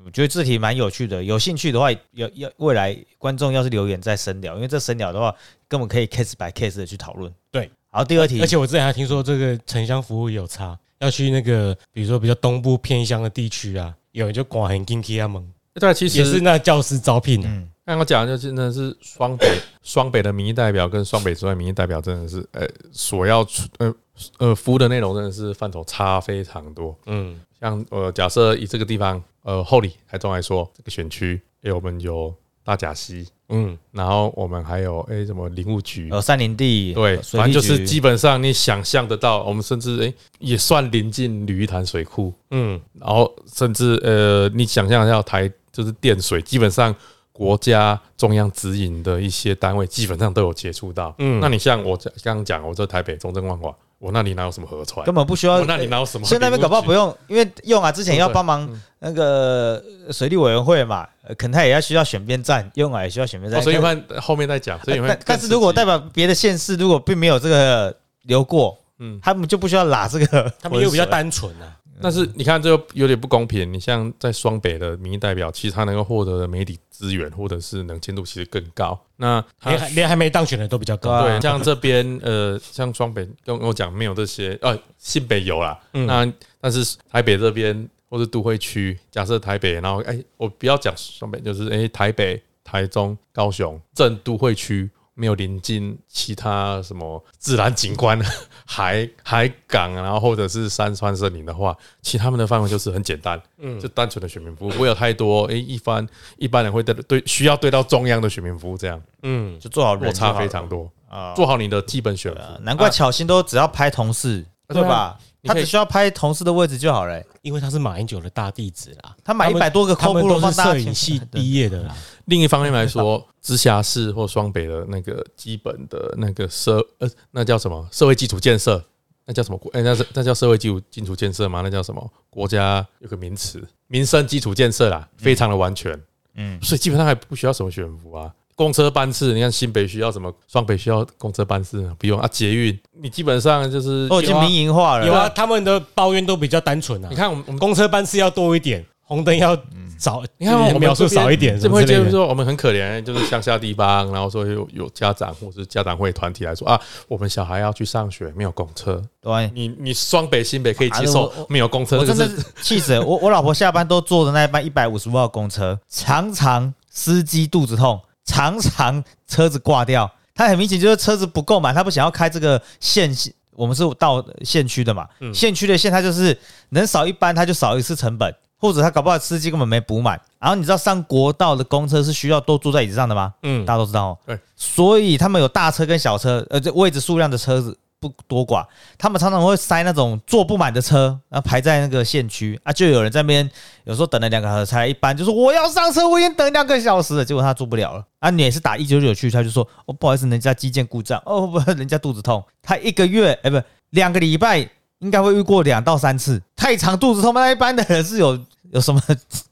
Speaker 1: 我觉得这题蛮有趣的，有兴趣的话，要要未来观众要是留言再深聊，因为这深聊的话，根本可以 case by case 的去讨论。
Speaker 3: 对，
Speaker 1: 好，第二题，
Speaker 3: 而且我之前还听说这个城乡服务也有差，要去那个比如说比较东部偏乡的地区啊，有人就管很进去他们，
Speaker 2: 对，其
Speaker 3: 也
Speaker 2: 实
Speaker 3: 是那教师招聘啊，
Speaker 2: 刚刚讲的就是真的是双北双北的民意代表跟双北之外民意代表真的是，呃，所要处呃呃服务的内容真的是范畴差非常多。
Speaker 3: 嗯，
Speaker 2: 像呃，假设以这个地方呃后里台中来说，这个选区，诶、我们有大甲溪，
Speaker 3: 嗯，
Speaker 2: 然后我们还有诶、什么林务局，
Speaker 1: 有三林地，呃
Speaker 2: 对，
Speaker 1: 哦水
Speaker 2: 反正
Speaker 1: 利
Speaker 2: 就是
Speaker 1: 局
Speaker 2: 基本上你想象得到，我们甚至诶、也算临近鲤鱼潭水库，
Speaker 3: 嗯，
Speaker 2: 然后甚至呃你想象要台就是电水，基本上国家中央指引的一些单位基本上都有接触到。嗯，那你像我这刚刚讲，我在台北中正万华，我那里哪有什么河川？
Speaker 1: 根本不需要
Speaker 2: 我。那里哪有什么林务局？
Speaker 1: 现在那边搞不好不用，因为用啊，之前要
Speaker 2: 对嗯
Speaker 1: 帮忙那个水利委员会嘛，呃可能他也要需要选边站，用啊也需要选边
Speaker 2: 哦，
Speaker 1: 站。
Speaker 2: 所以
Speaker 1: 但
Speaker 2: 换后面再讲。所以会
Speaker 1: 哎但但是
Speaker 2: 更
Speaker 1: 如果
Speaker 2: 刺激
Speaker 1: 代表别的县市如果并没有这个流过，
Speaker 2: 嗯
Speaker 1: 他们就不需要拉这个。
Speaker 3: 他们又比较单纯啊，
Speaker 2: 但是你看，这就有点不公平。你像在双北的民意代表，其实他能够获得的媒体资源或者是能见度其实更高。那他
Speaker 1: 哎
Speaker 3: 连还连还没当选的都比较高，
Speaker 1: 啊
Speaker 2: 嗯对，像这边呃，像双北跟我讲没有这些，呃，新北有啦。
Speaker 3: 嗯
Speaker 2: 那但是台北这边或是都会区，假设台北，然后哎、我不要讲双北，就是哎、台北、台中、高雄正都会区。没有临近其他什么自然景观、 海海港，啊然后或者是山川森林的话，其实他们的范围就是很简单，嗯，就单纯的选民服务，不会有太多诶、一般一般人会对对需要对到中央的选民服务这样，
Speaker 3: 嗯，
Speaker 1: 就做好人
Speaker 2: 落
Speaker 1: 就
Speaker 2: 差
Speaker 1: 好
Speaker 2: 非
Speaker 1: 了
Speaker 2: 常多。
Speaker 1: 啊。
Speaker 2: 做好你的基本选
Speaker 1: 呃
Speaker 2: 服。
Speaker 1: 难怪
Speaker 2: 啊
Speaker 1: 巧心都只要拍同事，
Speaker 2: 啊
Speaker 1: 对
Speaker 2: 对啊
Speaker 1: 吧？
Speaker 2: 你
Speaker 1: 他
Speaker 2: 可以
Speaker 1: 只需要拍同事的位置就好了、欸
Speaker 3: 因为他是马英九的大弟子啦，
Speaker 1: 他买一百多个
Speaker 3: 他
Speaker 1: 空
Speaker 3: 们
Speaker 1: 骷髅
Speaker 3: 都
Speaker 1: 放
Speaker 3: 是
Speaker 1: 大
Speaker 3: 摄
Speaker 1: 家
Speaker 3: 影系
Speaker 1: 前面
Speaker 3: 毕业的啦，
Speaker 2: 另一方面来说， 直辖市或双北的那个基本的那个社呃，那叫什么社会基础建设？那叫什么国？哎、那是那叫社会基础基础建设吗？那叫什么？国家有个名词，民生基础建设啦，非常的完全。
Speaker 1: 嗯
Speaker 2: 嗯，所以基本上还不需要什么选服啊。公车班次，你看新北需要什么？双北需要公车班次吗不用啊。捷运，你基本上就是
Speaker 1: 都已经哦民营化了。
Speaker 3: 有啊，他们的抱怨都比较单纯啊
Speaker 2: 你，看我们我们
Speaker 3: 公车班次要多一点，红灯要少，
Speaker 2: 嗯你看我们
Speaker 3: 描述少一点，
Speaker 2: 这
Speaker 3: 什
Speaker 2: 边会
Speaker 3: 么之
Speaker 2: 接
Speaker 3: 类
Speaker 2: 触
Speaker 3: 的。
Speaker 2: 说我们很可怜，就是乡下地方，然后说有有家长或是家长会团体来说啊，我们小孩要去上学，没有公车，
Speaker 1: 对，
Speaker 2: 你你双北新北可以接
Speaker 1: 啊
Speaker 2: 受
Speaker 1: 我
Speaker 2: 没有公车，
Speaker 1: 我
Speaker 2: 这
Speaker 1: 真
Speaker 2: 个
Speaker 1: 的
Speaker 2: 是
Speaker 1: 是气死了我！我老婆下班都坐的那一班一百五十五号公车，常常司机肚子痛，常常车子挂掉。他很明显就是车子不够嘛，他不想要开这个县，我们是到县区的嘛，
Speaker 2: 嗯
Speaker 1: 县区的线他就是能少一班他就少一次成本，或者他搞不好司机根本没补满。然后你知道上国道的公车是需要都坐在椅子上的吗？
Speaker 3: 嗯
Speaker 1: 大家都知道哦。
Speaker 2: 对，
Speaker 1: 所以他们有大车跟小车，呃，这位置数量的车子不多寡，他们常常会塞那种坐不满的车，然后排在那个县区啊，就有人在那边有时候等了两个小时才来一班，就说我要上车，我已经等两个小时了，结果他坐不了了啊，你也是打一九九去，他就说哦不好意思，人家肌腱故障，哦不，人家肚子痛，他一个月哎、不两个礼拜。应该会遇过两到三次，太长肚子痛，那一般的人是有有什么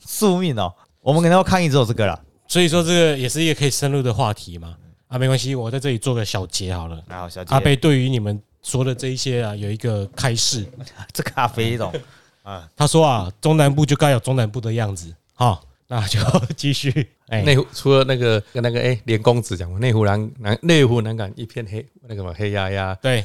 Speaker 1: 宿命哦？我们可能要抗议只有这个了，
Speaker 3: 所以说这个也是一个可以深入的话题嘛。啊，没关系，我在这里做个小结好了。
Speaker 1: 然后啊小姐，
Speaker 3: 阿贝对于你们说的这一些啊，有一个开示。
Speaker 1: 这咖啡懂。
Speaker 3: 他说啊，中南部就该有中南部的样子。好，那就继续。哎
Speaker 2: 内湖除了那个跟那个哎连公子讲过，内湖南南内湖南港一片黑，那个什么黑压压。
Speaker 3: 对，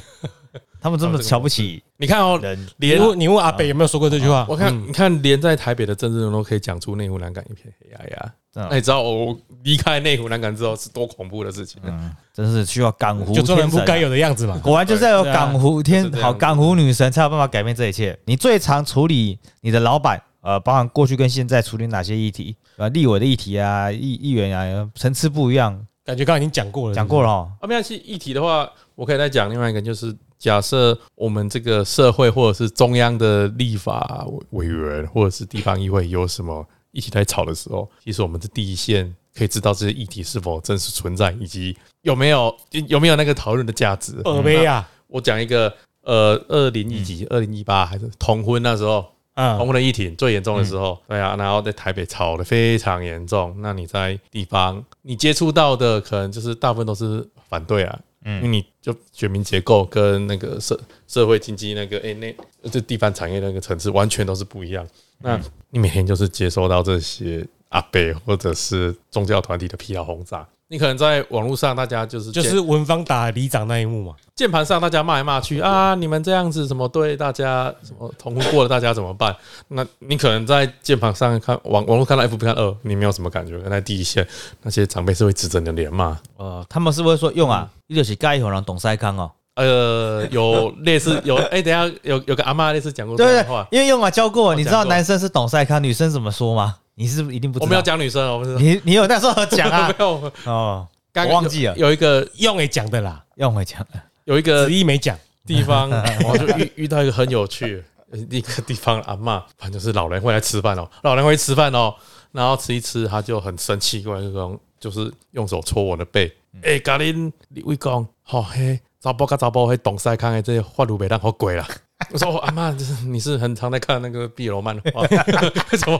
Speaker 1: 他们这么瞧不起
Speaker 2: 你看哦，
Speaker 1: 人，
Speaker 3: 你
Speaker 2: 连啊
Speaker 3: 问你问阿北有没有说过这句话？
Speaker 2: 我看你看连在台北的政治人物都可以讲出内湖南港一片黑压压，
Speaker 1: 嗯
Speaker 2: 那你知道我离开内湖南港之后是多恐怖的事情？
Speaker 1: 嗯，真是需要港湖
Speaker 3: 就做人
Speaker 1: 天
Speaker 3: 不
Speaker 1: 神啊
Speaker 3: 该有的 样子嘛。
Speaker 1: 果然就是要有
Speaker 3: 对
Speaker 1: 港湖
Speaker 2: 就
Speaker 1: 天
Speaker 2: 是这样
Speaker 1: 好港湖女神才有办法改变这一切。你最常处理你的老板，呃，包含过去跟现在处理哪些议题？呃，立委的议题啊，议议员啊，层次不一样，
Speaker 3: 感觉刚刚已经讲过了，
Speaker 1: 讲过了哦。
Speaker 2: 啊，没关系。议题的话，我可以再讲另外一个，就是假设我们这个社会或者是中央的立法委员或者是地方议会有什么一起在吵的时候，其实我们是第一线可以知道这些议题是否真实存在，以及有没有有没有那个讨论的价值。
Speaker 3: 耳杯
Speaker 1: 嗯
Speaker 3: 啊，
Speaker 2: 我讲一个，呃，二零一几，二零一八还是同婚那时候，同
Speaker 3: 嗯，
Speaker 2: 婚的议题最严重的时候，对啊，然后在台北吵得非常严重。那你在地方，你接触到的可能就是大部分都是反对啊，
Speaker 3: 嗯
Speaker 2: 因为你就选民结构跟那个社社会经济那个哎、那这地方产业那个层次完全都是不一样。
Speaker 3: 嗯
Speaker 2: 那你每天就是接收到这些阿北或者是宗教团体的辟谣轰炸，你可能在网络上大家就是
Speaker 3: 就
Speaker 2: 见
Speaker 3: 是文芳打里长那一幕嘛。
Speaker 2: 键盘上大家骂来骂去啊，你们这样子怎么对大家什么同婚过了大家怎么办？ 那你可能在键盘上看网网络看到 F B 看二，你没有什么感觉，可能在第一线那些长辈是会指着你的脸骂，
Speaker 1: 呃，他们是不是说用啊？
Speaker 2: 嗯
Speaker 1: 一就是盖一会儿懂塞康哦，
Speaker 2: 呃，有类似有 哎、等一下有有个阿妈类似讲过这
Speaker 1: 对
Speaker 2: 样的
Speaker 1: 不对
Speaker 2: 话？，
Speaker 1: 因为用啊教过，你知道
Speaker 2: 讲过
Speaker 1: 男生是懂塞康，女生怎么说吗？你是不是一定不知道？
Speaker 2: 我们要讲女生，我们是
Speaker 1: 你你有那时候有讲 啊
Speaker 2: 没？有，
Speaker 1: 哦，
Speaker 2: 刚
Speaker 1: 我忘记了
Speaker 2: 有有一个
Speaker 3: 用也讲的啦，
Speaker 1: 用回讲了
Speaker 2: 有一个
Speaker 1: 呃
Speaker 3: 子怡没讲，
Speaker 2: 地方，我就遇遇到一个很有趣 的一个地方阿嬷，反正就是老人会来吃饭哦，老人会吃饭哦，然后吃一吃，他就很生气，过来就讲，就是用手戳我的背，哎、甲恁你位讲，吼、嘿，查甫甲查甫嘿，懂西康的这些法律袂当好鬼啦。我说、哦、阿嬷，就是你是很常在看那个碧楼漫画， 什么？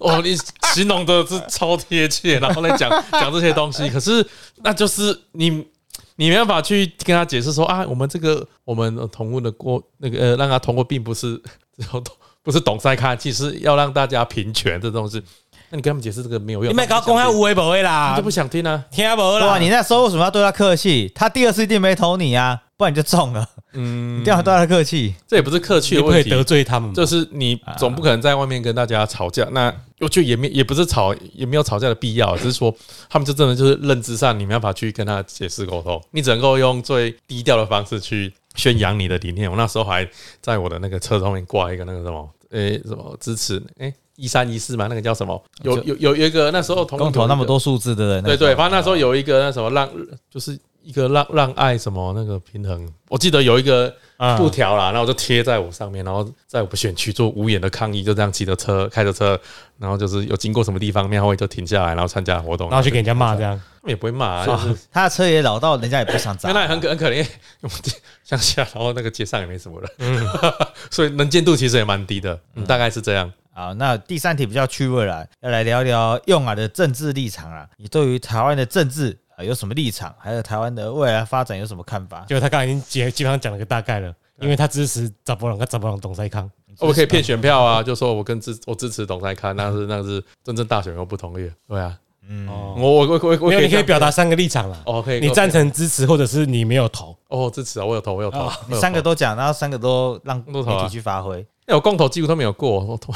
Speaker 2: 哦，你形容的是超贴切，然后来讲 讲这些东西，可是那就是你你没办法去跟他解释说啊，我们这个我们呃同婚的过那个呃，让他通过，并不是呃不是懂塞看，其实要让大家平权这东西。那你跟他们解释这个没有用，
Speaker 3: 你别搞公开无为不为
Speaker 2: 他
Speaker 3: 啦
Speaker 2: 们就，不想听啊。
Speaker 3: 听无
Speaker 1: 哇！
Speaker 3: 啦，
Speaker 1: 你那时候为什么要对他客气？他第二次一定没投你啊，不然你就中了。
Speaker 2: 嗯
Speaker 1: 一定要对他客气。
Speaker 2: 这也不是客气
Speaker 3: 你
Speaker 2: 的
Speaker 3: 不可
Speaker 2: 问
Speaker 3: 以得
Speaker 2: 题，
Speaker 3: 罪他们嘛。
Speaker 2: 就是你总不可能在外面跟大家吵架。那我觉得也没也不是吵，也没有吵架的必要，只是说他们就真的就是认知上你没办法去跟他解释沟通，你只能够用最低调的方式去宣扬你的理念。我那时候还在我的那个车上面挂一个那个什么，诶、什么支持诶。一三一四嘛，那个叫什么？有有有有一个那时候同
Speaker 1: 公投那么，多数字的人，
Speaker 2: 对对，反正那时候有一个那什么让，就是一个让让爱什么那个平衡。我记得有一个
Speaker 3: 啊
Speaker 2: 布条啦，然后我就贴在我上面，然后在我们选区做无眼的抗议，就这样骑着车开着车，然后就是有经过什么地方庙会就停下来，然后参加活动，
Speaker 3: 然后去给人家骂这样，
Speaker 2: 他们也不会骂、 啊，
Speaker 1: 那
Speaker 2: 就
Speaker 1: 时候
Speaker 2: 是
Speaker 1: 啊他的车也老到人家也不想砸
Speaker 2: 那。那也很可很可怜，因为我们乡下，然后那个街上也没什么人， 所以能见度其实也蛮低的，嗯，大概是这样。
Speaker 1: 好，那第三题比较趣味了，要来聊聊用啊的政治立场啊，你对于台湾的政治啊有什么立场？还有台湾的未来发展有什么看法？
Speaker 3: 就他刚才已经基基本上讲了个大概了，因为他支持扎波朗跟扎波朗董塞康，
Speaker 2: 哦我可以骗选票啊，就说我跟支我支持董太看，那是那是真正大选又不同意，对啊，我
Speaker 1: 嗯
Speaker 3: 哦，
Speaker 2: 我我我我
Speaker 3: 没有，你可以
Speaker 2: 这样
Speaker 3: 表达三个立场啦，
Speaker 2: 哦，可以
Speaker 3: 你赞成支持或者是你没有投，
Speaker 2: 哦支持啊，我有投我有投
Speaker 3: 哦，
Speaker 2: 我
Speaker 1: 你
Speaker 2: 有
Speaker 1: 三
Speaker 2: 投
Speaker 1: 个都讲，然后三个都让
Speaker 2: 都投啊
Speaker 1: 媒体去发挥。
Speaker 2: 哎、我公投几乎都没有过，我投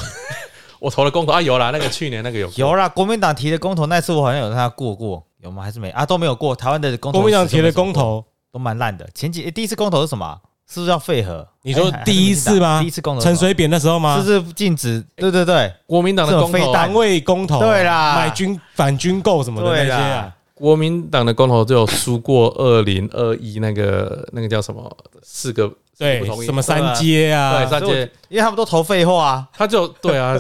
Speaker 2: 我投了公投啊，有啦，那个去年那个有过
Speaker 1: 有啦，国民党提的公投那次我好像有让他过过，有吗？还是没啊？都没有过。台湾的公投，
Speaker 3: 国民党提的公投，
Speaker 1: 都蛮烂的。前几、诶第一次公投是什么啊？是不是叫废核？
Speaker 3: 你说
Speaker 1: 哎还是
Speaker 3: 第一次吗
Speaker 1: 民进党第一次公投是什
Speaker 3: 陈
Speaker 1: 么，
Speaker 3: 水扁那时候吗？
Speaker 1: 是不是禁止？对对对，
Speaker 2: 国民党的公
Speaker 1: 这种非，
Speaker 2: 投啊
Speaker 1: 弹
Speaker 3: 防卫公投，
Speaker 1: 对啦
Speaker 3: 买军反军购什么的那
Speaker 1: 对
Speaker 3: 些
Speaker 1: 啦
Speaker 3: 啊，
Speaker 2: 国民党的公投就有输过二零二一那个那个叫什么四个
Speaker 3: 对
Speaker 2: 不同，意
Speaker 3: 什么三阶
Speaker 2: 对
Speaker 3: 啊，
Speaker 2: 三
Speaker 1: 所以我
Speaker 2: 届，
Speaker 1: 因为他们都投废话啊。
Speaker 2: 他就对啊，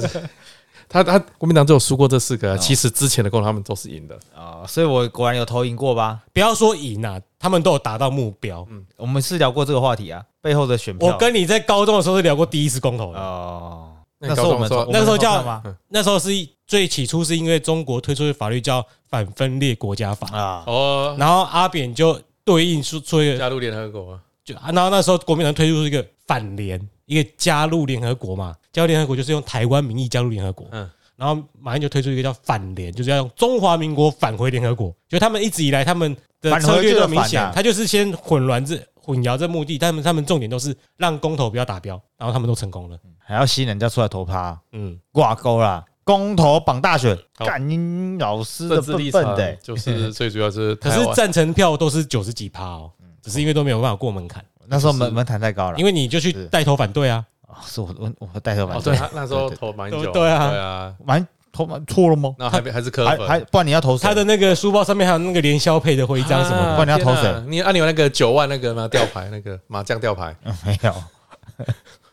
Speaker 2: 他他国民党就有输过这四个啊，其实之前的公投他们都是赢的，
Speaker 1: 哦，所以我果然有投赢过吧？
Speaker 3: 不要说赢啊，他们都有达到目标。
Speaker 2: 嗯
Speaker 1: 我们是聊过这个话题啊，背后的选票。
Speaker 3: 我跟你在高中的时候是聊过第一次公投的，
Speaker 1: 哦，
Speaker 2: 那
Speaker 1: 那时候我们
Speaker 2: 高中的时
Speaker 1: 我们
Speaker 2: 候
Speaker 3: 那时候叫
Speaker 1: 投票吗？
Speaker 3: 那时候是最起初是因为中国推出的法律叫反分裂国家法，
Speaker 1: 啊，
Speaker 2: 哦，
Speaker 3: 然后阿扁就对应出出一个
Speaker 2: 加入联合国啊，
Speaker 3: 就，然后那时候国民党推出一个反联，一个加入联合国嘛，加入联合国就是用台湾名义加入联合国，
Speaker 2: 嗯
Speaker 3: 然后马英九推出一个叫反联，就是要用中华民国返回联合国，就他们一直以来他们的
Speaker 1: 反
Speaker 3: 策
Speaker 1: 核就
Speaker 3: 略
Speaker 1: 是
Speaker 3: 都很明
Speaker 1: 反
Speaker 3: 显
Speaker 1: 啊，
Speaker 3: 他就是先混乱这混淆这目的，但他们他们重点都是让公投不要达标，然后他们都成功了。
Speaker 1: 还要吸人家出来投他，
Speaker 3: 嗯，
Speaker 1: 挂钩啦，公投绑大选，
Speaker 2: 好
Speaker 1: 干你老师的
Speaker 2: 政治
Speaker 1: 笨
Speaker 2: 立
Speaker 1: 笨
Speaker 2: 场
Speaker 1: 的欸。
Speaker 2: 就是最主要就是
Speaker 3: 可
Speaker 2: 台
Speaker 3: 是
Speaker 2: 湾，
Speaker 3: 赞成票都是九十几趴哦，
Speaker 1: 嗯
Speaker 3: 只是因为都没有办法过门槛，
Speaker 1: 那时候门门槛太高了，
Speaker 3: 因为你就去
Speaker 1: 是
Speaker 3: 带头反对啊。
Speaker 1: 哦是我我我带头
Speaker 2: 哦
Speaker 1: 反，
Speaker 2: 对
Speaker 1: 对，
Speaker 2: 他那时候投蛮久，
Speaker 3: 对啊
Speaker 2: 对啊，
Speaker 1: 蛮投蛮错了吗？
Speaker 2: 那还没还是科
Speaker 1: 还
Speaker 2: 粉，啊
Speaker 1: 还不然你要投谁
Speaker 3: 他的那个书包上面还有那个连消配的徽章什么的，
Speaker 1: 不然你要投谁
Speaker 2: 天啊你啊，你有那个九万那个吗？吊牌那个麻将吊牌，
Speaker 1: 嗯 没有？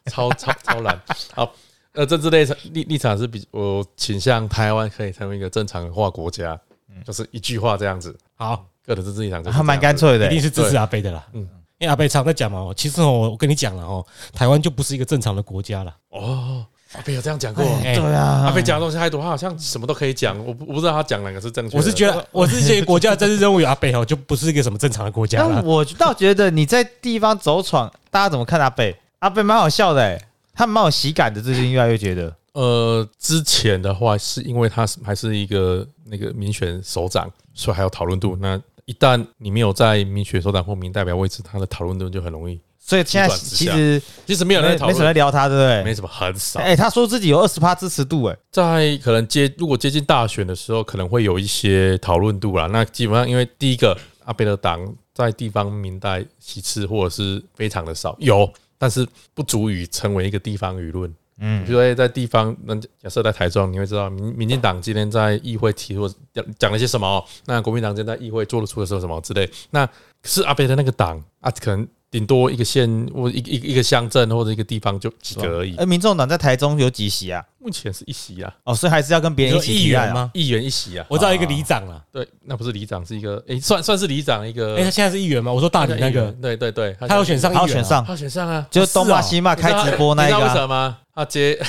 Speaker 2: 超超超懒。好，呃，政治立场立立场是比我倾向台湾可以成为一个正常化国家，就是一句话这样子，
Speaker 3: 好，
Speaker 2: 个人政治立场就是这样子
Speaker 1: 还蛮干。脆的
Speaker 3: 一定
Speaker 1: 欸，
Speaker 3: 是支持阿贝的啦。嗯
Speaker 2: 嗯，
Speaker 3: 因为阿贝常在讲嘛，哦其实哦，我跟你讲了哦，台湾就不是一个正常的国家了。
Speaker 2: 哦，阿飞有这样讲过。
Speaker 3: 哎
Speaker 1: 对啊，
Speaker 2: 阿飞讲的东西太多，他好像什么都可以讲，我不我不知道他讲哪个是正确的。
Speaker 3: 我是觉得，我是觉得国家的政治任务有阿贝哦，就不是一个什么正常的国家
Speaker 1: 但
Speaker 3: 了。
Speaker 1: 我倒觉得你在地方走闯，大家怎么看阿贝？阿贝蛮好笑的、欸，他蛮有喜感的。最近越来越觉得，
Speaker 2: 呃，之前的话是因为他是还是一个那个民选首长，所以还有讨论度。那一旦你没有在民选首长或民代表位置，他的讨论度就很容易。
Speaker 1: 所以现在
Speaker 2: 急转直
Speaker 1: 其
Speaker 2: 下
Speaker 1: 实
Speaker 2: 其实没有
Speaker 1: 没
Speaker 2: 人在
Speaker 1: 没
Speaker 2: 讨
Speaker 1: 什么在
Speaker 2: 论，
Speaker 1: 聊他，对不
Speaker 2: 没
Speaker 1: 对？
Speaker 2: 什么，很少
Speaker 1: 哎、。他说自己有二十趴支持度、欸，
Speaker 2: 在可能接如果接近大选的时候，可能会有一些讨论度啦。那基本上因为第一个阿贝的党在地方民代席次或者是非常的少，有，但是不足以成为一个地方舆论。
Speaker 1: 嗯
Speaker 2: 比，如说在地方，那假设在台中，你会知道民民进党今天在议会提出讲讲了些什么，那国民党今天在议会做了出了什么之类。那是阿北的那个党啊，可能顶多一个县或一一一个乡镇或者一个地方就几个而已。
Speaker 1: 而哎民众党在台中有几席啊？
Speaker 2: 目前是一席啊，
Speaker 1: 哦，所以还是要跟别人一起
Speaker 3: 你说议
Speaker 1: 提案
Speaker 3: 员
Speaker 1: 啊。
Speaker 3: 吗？
Speaker 2: 议员一席啊，
Speaker 3: 我知道一个里长啦，
Speaker 2: 对，那不是里长，是一个诶、算算是里长一个
Speaker 3: 哎，他现在是议员吗？我说大理那
Speaker 2: 议
Speaker 3: 个
Speaker 2: 员，对对对，
Speaker 3: 他有选上议员啊，
Speaker 1: 他有选上，
Speaker 2: 他选上啊，
Speaker 1: 就是东骂
Speaker 3: 是哦
Speaker 1: 西骂开直播那一
Speaker 2: 你
Speaker 1: 个
Speaker 2: 知道为
Speaker 1: 啊、
Speaker 2: 什么吗？他接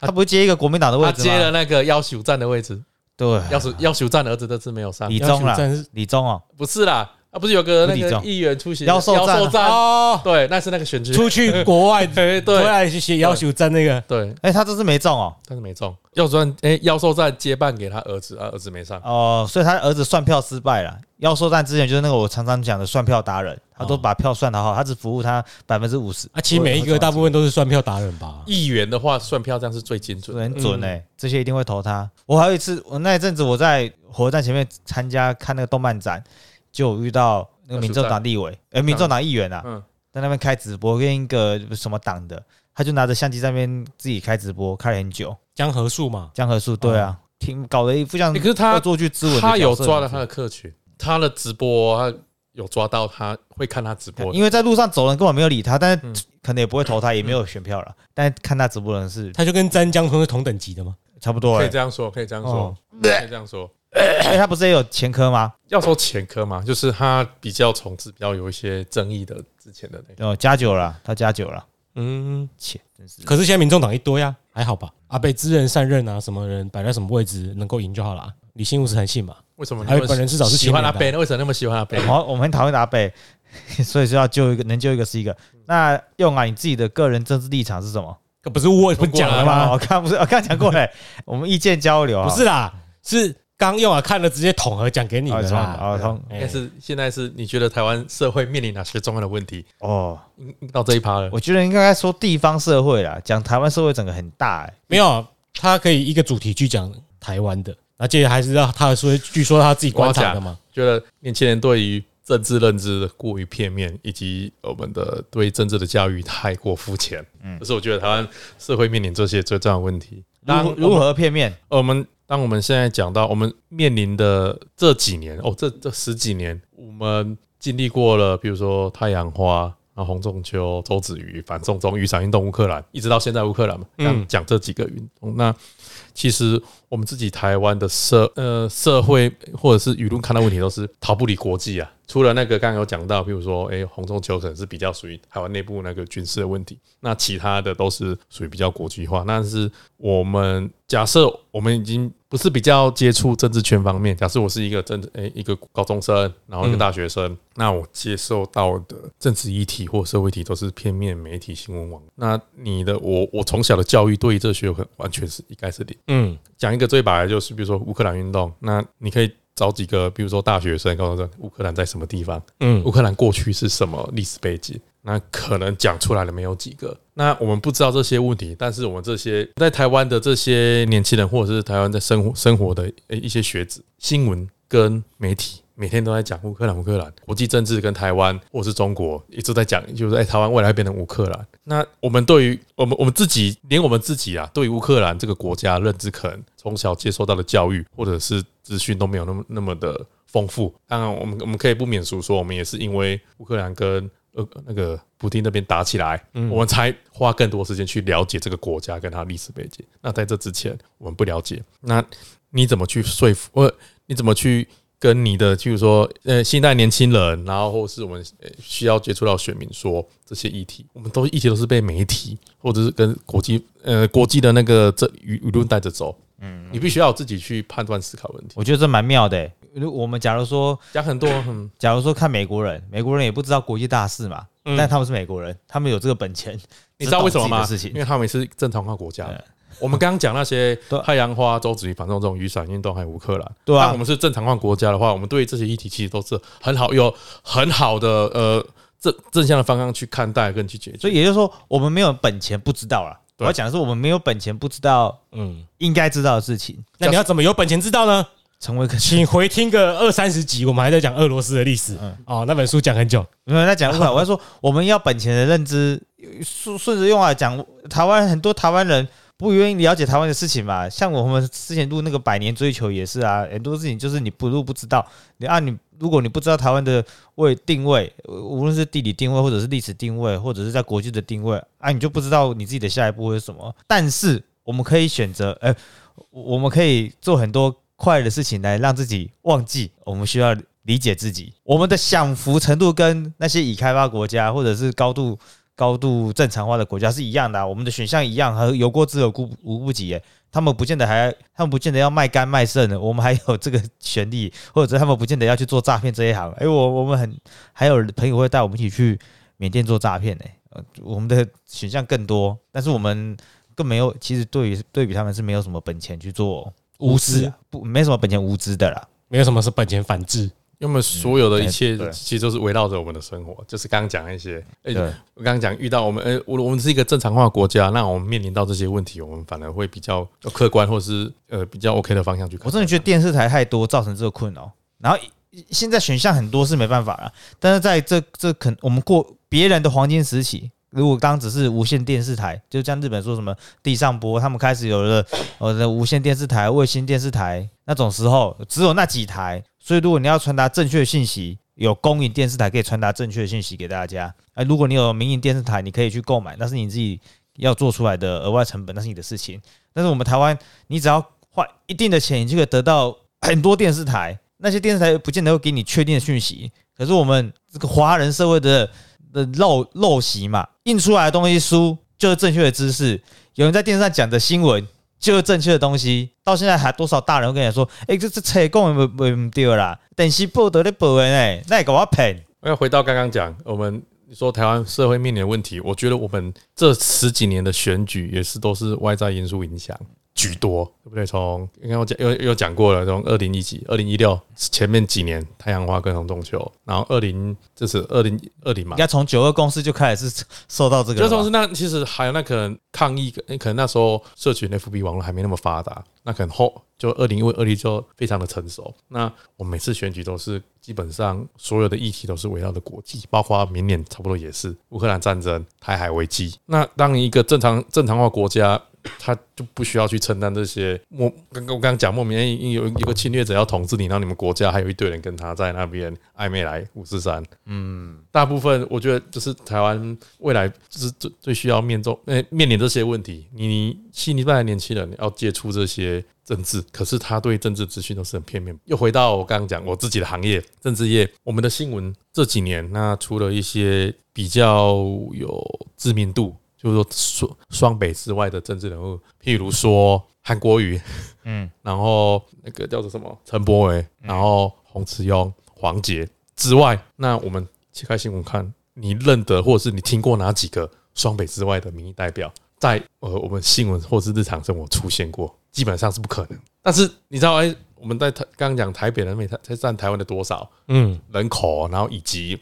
Speaker 1: 他不是接一个国民党的位
Speaker 2: 他
Speaker 1: 置
Speaker 2: 接了
Speaker 1: 吗？
Speaker 2: 那个要求站的位置。
Speaker 1: 对，
Speaker 2: 要是要求站儿子这次没有上
Speaker 1: 李，宗
Speaker 3: 要求站
Speaker 1: 啦
Speaker 3: 是，
Speaker 1: 李宗哦，
Speaker 2: 不是啦，啊不是有个那
Speaker 1: 李
Speaker 2: 个
Speaker 1: 宗
Speaker 2: 议员出席
Speaker 1: 妖兽
Speaker 2: 妖
Speaker 1: 战啊
Speaker 2: 兽战，
Speaker 3: 哦，
Speaker 2: 对，那是那个选区，
Speaker 3: 出去国 外
Speaker 2: 哎
Speaker 3: 回
Speaker 2: 对
Speaker 3: 来去写要求站那个，
Speaker 2: 对，
Speaker 1: 哎、他这次没中哦，
Speaker 2: 但是没中。妖兽战哎，妖兽战接棒给他儿子，啊儿子没上，
Speaker 1: 哦，所以他儿子算票失败了。要说但之前就是那个我常常讲的算票达人，他都把票算得好，他只服务他百分之五十。
Speaker 3: 啊，其实每一个大部分都是算票达人吧。
Speaker 2: 议员的话算票这样是最精准的，嗯
Speaker 1: 很准哎、这些一定会投他。我还有一次，我那一阵子我在火车站前面参加看那个动漫展，就有遇到那个民众党立委，呃，民众党议员啊，
Speaker 2: 嗯
Speaker 1: 在那边开直播，跟一个什么党的，他就拿着相机在那边自己开直播，开了很久。
Speaker 3: 江河树嘛，
Speaker 1: 江河树对啊，挺搞得一副像
Speaker 2: 欸可是他
Speaker 1: 恶作剧之吻的角色，
Speaker 2: 他有抓到
Speaker 1: 是
Speaker 2: 他
Speaker 1: 不是
Speaker 2: 的客群，他的直播他有抓到他会看他直播，
Speaker 1: 因为在路上走的人根本没有理他，但
Speaker 2: 嗯
Speaker 1: 是可能也不会投他，也没有选票了。但看他直播的人是
Speaker 3: 嗯他就跟詹江同是同等级的嘛。
Speaker 1: 差不多
Speaker 2: 可
Speaker 1: 哎
Speaker 2: 以、这样说，可以这样说
Speaker 1: 哦，
Speaker 2: 可以这样说。
Speaker 1: 哎他不是也有前科吗？
Speaker 2: 要说前科嘛，就是他比较从事比较有一些争议的之前的那个，
Speaker 1: 哦，加九了，他加九了，
Speaker 2: 嗯，
Speaker 1: 切，真是
Speaker 3: 可是现在民众党一多呀，还好吧？阿贝知人善任啊，什么人摆在什么位置能够赢就好了。理性务实很信嘛，
Speaker 2: 为什么
Speaker 3: 还有本人至少是
Speaker 2: 喜欢阿
Speaker 3: 青年
Speaker 2: 贝？为什么那么喜欢阿
Speaker 3: 哎
Speaker 2: 贝？
Speaker 1: 好，我们很讨厌阿贝， 所以说要救一个，能救一个是一个。那用啊，你自己的个人政治立场是什么？
Speaker 3: 可不是我不
Speaker 2: 通过
Speaker 3: 讲
Speaker 2: 了
Speaker 3: 了
Speaker 2: 啊
Speaker 1: 哇，
Speaker 3: 吗？
Speaker 1: 我刚不是我刚讲 过嘞，我们意见交流啊，
Speaker 3: 不是啦，是刚用啊，看了直接统合讲给你
Speaker 2: 啊
Speaker 1: 哦
Speaker 3: 的
Speaker 1: 是吧
Speaker 3: 啦。啊哎
Speaker 1: 哦通
Speaker 2: 但是现在是你觉得台湾社会面临哪些重要的问题？
Speaker 1: 哦，
Speaker 2: 嗯到这一趴了，
Speaker 1: 我觉得应该说地方社会啦，讲台湾社会整个很大哎，
Speaker 3: 没有，他可以一个主题去讲台湾的，而且还是让他说，据说他自己观察的嘛。
Speaker 2: 觉得年轻人对于政治认知过于片面，以及我们的对政治的教育太过肤浅。嗯，这是我觉得台湾社会面临这些最重要的问题。当
Speaker 1: 如如何片面？
Speaker 2: 呃，我们当我们现在讲到我们面临的这几年哦，这这十几年，我们经历过了，比如说太阳花。然后洪仲秋、周子瑜反送中、雨伞运动、乌克兰，一直到现在乌克兰嘛，
Speaker 3: 嗯
Speaker 2: 讲讲这几个运动。那其实我们自己台湾的社呃社会或者是舆论看到问题都是逃不离国际啊，除了那个刚刚有讲到，譬如说，哎、红中球可能是比较属于台湾内部那个军事的问题，那其他的都是属于比较国际化。但是我们假设我们已经不是比较接触政治圈方面，假设我是一个政哎、一个高中生，然后一个大学生，那我接受到的政治议题或社会议题都是片面媒体新闻网。那你的我我从小的教育对于这学科完全是一概是零。
Speaker 3: 嗯，
Speaker 2: 讲一个最白的，就是比如说乌克兰运动，那你可以找几个，比如说大学生，告诉说乌克兰在什么地方，
Speaker 3: 嗯
Speaker 2: 乌克兰过去是什么历史背景，那可能讲出来的没有几个。那我们不知道这些问题，但是我们这些在台湾的这些年轻人，或者是台湾在生活生活的呃一些学子，新闻跟媒体。每天都在讲乌克兰，乌克兰国际政治跟台湾或是中国一直在讲，就是哎、台湾未来变成乌克兰。那我们对于我们我们自己，连我们自己啊，对于乌克兰这个国家认知，可能从小接受到的教育或者是资讯都没有那么那么的丰富。当然，我们我们可以不免俗说，我们也是因为乌克兰跟呃那个普丁那边打起来，我们才花更多时间去了解这个国家跟它的历史背景。那在这之前，我们不了解，那你怎么去说服？呃，你怎么去跟你的，譬如说，呃，新一代年轻人，然后或是我们呃需要接触到选民说这些议题，我们都议题都是被媒体或者是跟国际呃国际的那个这舆舆论带着走。嗯，你必须要自己去判断思考问题。
Speaker 1: 我觉得这蛮妙的、欸。如我们假如说，
Speaker 2: 讲很多， 嗯，
Speaker 1: 假如说看美国人，美国人也不知道国际大事嘛，
Speaker 3: 嗯
Speaker 1: 但他们是美国人，他们有这个本钱。
Speaker 2: 你知道为什么
Speaker 1: 知道
Speaker 2: 吗？
Speaker 1: 自己的事情
Speaker 2: 因为他们是正常化国家
Speaker 1: 对。
Speaker 2: 我们刚刚讲那些
Speaker 1: 对
Speaker 2: 太阳花、周子瑜反送中、雨伞运动，还有乌克兰。
Speaker 1: 对啊
Speaker 2: 当我们是正常化国家的话，我们对这些议题其实都是很好，有很好的呃正正向的方向去看待跟去解决。
Speaker 1: 所以也就是说，我们没有本钱不知道啦。我
Speaker 2: 对
Speaker 1: 要讲的是，我们没有本钱不知道
Speaker 3: 嗯，
Speaker 1: 应该知道的事情，
Speaker 3: 那你要怎么有本钱知道呢？
Speaker 1: 成为一个
Speaker 3: 请回听个二三十集，我们还在讲俄罗斯的历史
Speaker 2: 嗯
Speaker 3: 哦，那本书讲很久。
Speaker 1: 没有在讲乌克兰，我在说我们要本钱的认知，顺顺着用来讲，台湾很多台湾人不愿意了解台湾的事情嘛。像我们之前录那个《百年追求》也是啊，很多事情就是你不录不知道，你啊你如果你不知道台湾的位定位，呃无论是地理定位或者是历史定位，或者是在国际的定位啊，你就不知道你自己的下一步会是什么。但是我们可以选择，呃，我们可以做很多快的事情来让自己忘记，我们需要理解自己。我们的享福程度跟那些已开发国家或者是高度高度正常化的国家是一样的啊、我们的选项一样，和有过之而无无不及耶。他们不见得还，他们不见得要卖肝卖肾的，我们还有这个权利，或者是他们不见得要去做诈骗这一行。哎、我我们很还有朋友会带我们一起去缅甸做诈骗呢。呃，我们的选项更多，但是我们更没有，其实对于对比他们是没有什么本钱去做无知啊，不没什么本钱无知的啦。
Speaker 3: 没有什么是本钱反制，
Speaker 2: 因为我们所有的
Speaker 1: 嗯
Speaker 2: 一切
Speaker 1: 对对
Speaker 2: 其实都是围绕着我们的生活，就是刚刚讲那些，哎、
Speaker 1: 对
Speaker 2: 我刚刚讲遇到我们，呃、我我们是一个正常化的国家，那我们面临到这些问题，我们反而会比较客观，或是呃比较 OK 的方向去看。
Speaker 1: 我真的觉得电视台太多，造成这个困扰。然后现在选项很多是没办法了，但是在这这肯我们过别人的黄金时期，如果当只是无线电视台，就像日本说什么地上播，他们开始有了呃的无线电视台、卫星电视台那种时候，只有那几台。所以如果你要传达正确的信息，有公营电视台可以传达正确的信息给大家。哎，如果你有民营电视台，你可以去购买，那是你自己要做出来的额外成本，那是你的事情。但是我们台湾，你只要花一定的钱，你就可以得到很多电视台。那些电视台不见得会给你确定的讯息，可是我们这个华人社会的的陋陋习嘛，印出来的东西书就是正确的知识，有人在电视上讲的新闻就是正确的东西。到现在还多少大人会跟你说，哎、这这扯讲不不不对啦，电视报道咧报的呢，那也给我骗。
Speaker 2: 我要回到刚刚讲，我们说台湾社会面临的问题，我觉得我们这十几年的选举也是都是外在因素影响居多，对不对？从刚刚我讲又又讲过了，从二零一几、二零一六前面几年太阳花跟红中球，然后二零这是二零二零嘛
Speaker 1: 应，该从九二共识就开始是受到这个
Speaker 2: 就
Speaker 1: 了
Speaker 2: 同
Speaker 1: 吧，
Speaker 2: 时那其实还有那可能抗议，可能那时候社群 FB 网络还没那么发达，那可能后就二零因为二零就非常的成熟。那我每次选举都是基本上所有的议题都是围绕着国际，包括明年差不多也是乌克兰战争、台海危机。那当一个正常正常化国家。他就不需要去承担这些莫刚刚我刚刚讲莫名其妙有有一个侵略者要统治你，然后你们国家还有一堆人跟他在那边暧昧来五四三，大部分我觉得就是台湾未来就是最最需要面中呃面临这些问题。你新一代的年轻人要接触这些政治，可是他对政治资讯都是很片面。又回到我刚刚讲我自己的行业，政治业，我们的新闻这几年那出了一些比较有知名度，就是说双双北之外的政治人物，譬如说韩国瑜，
Speaker 1: 嗯，
Speaker 2: 然后那个叫做什么陈柏惟，然后洪慈庸、黄杰之外，那我们切开新闻看，你认得或者是你听过哪几个双北之外的民意代表在呃我们新闻或是日常生活出现过？基本上是不可能。但是你知道，哎、我们在台刚刚讲台北人每台才占台湾的多少
Speaker 3: 嗯，
Speaker 2: 人口，然后以及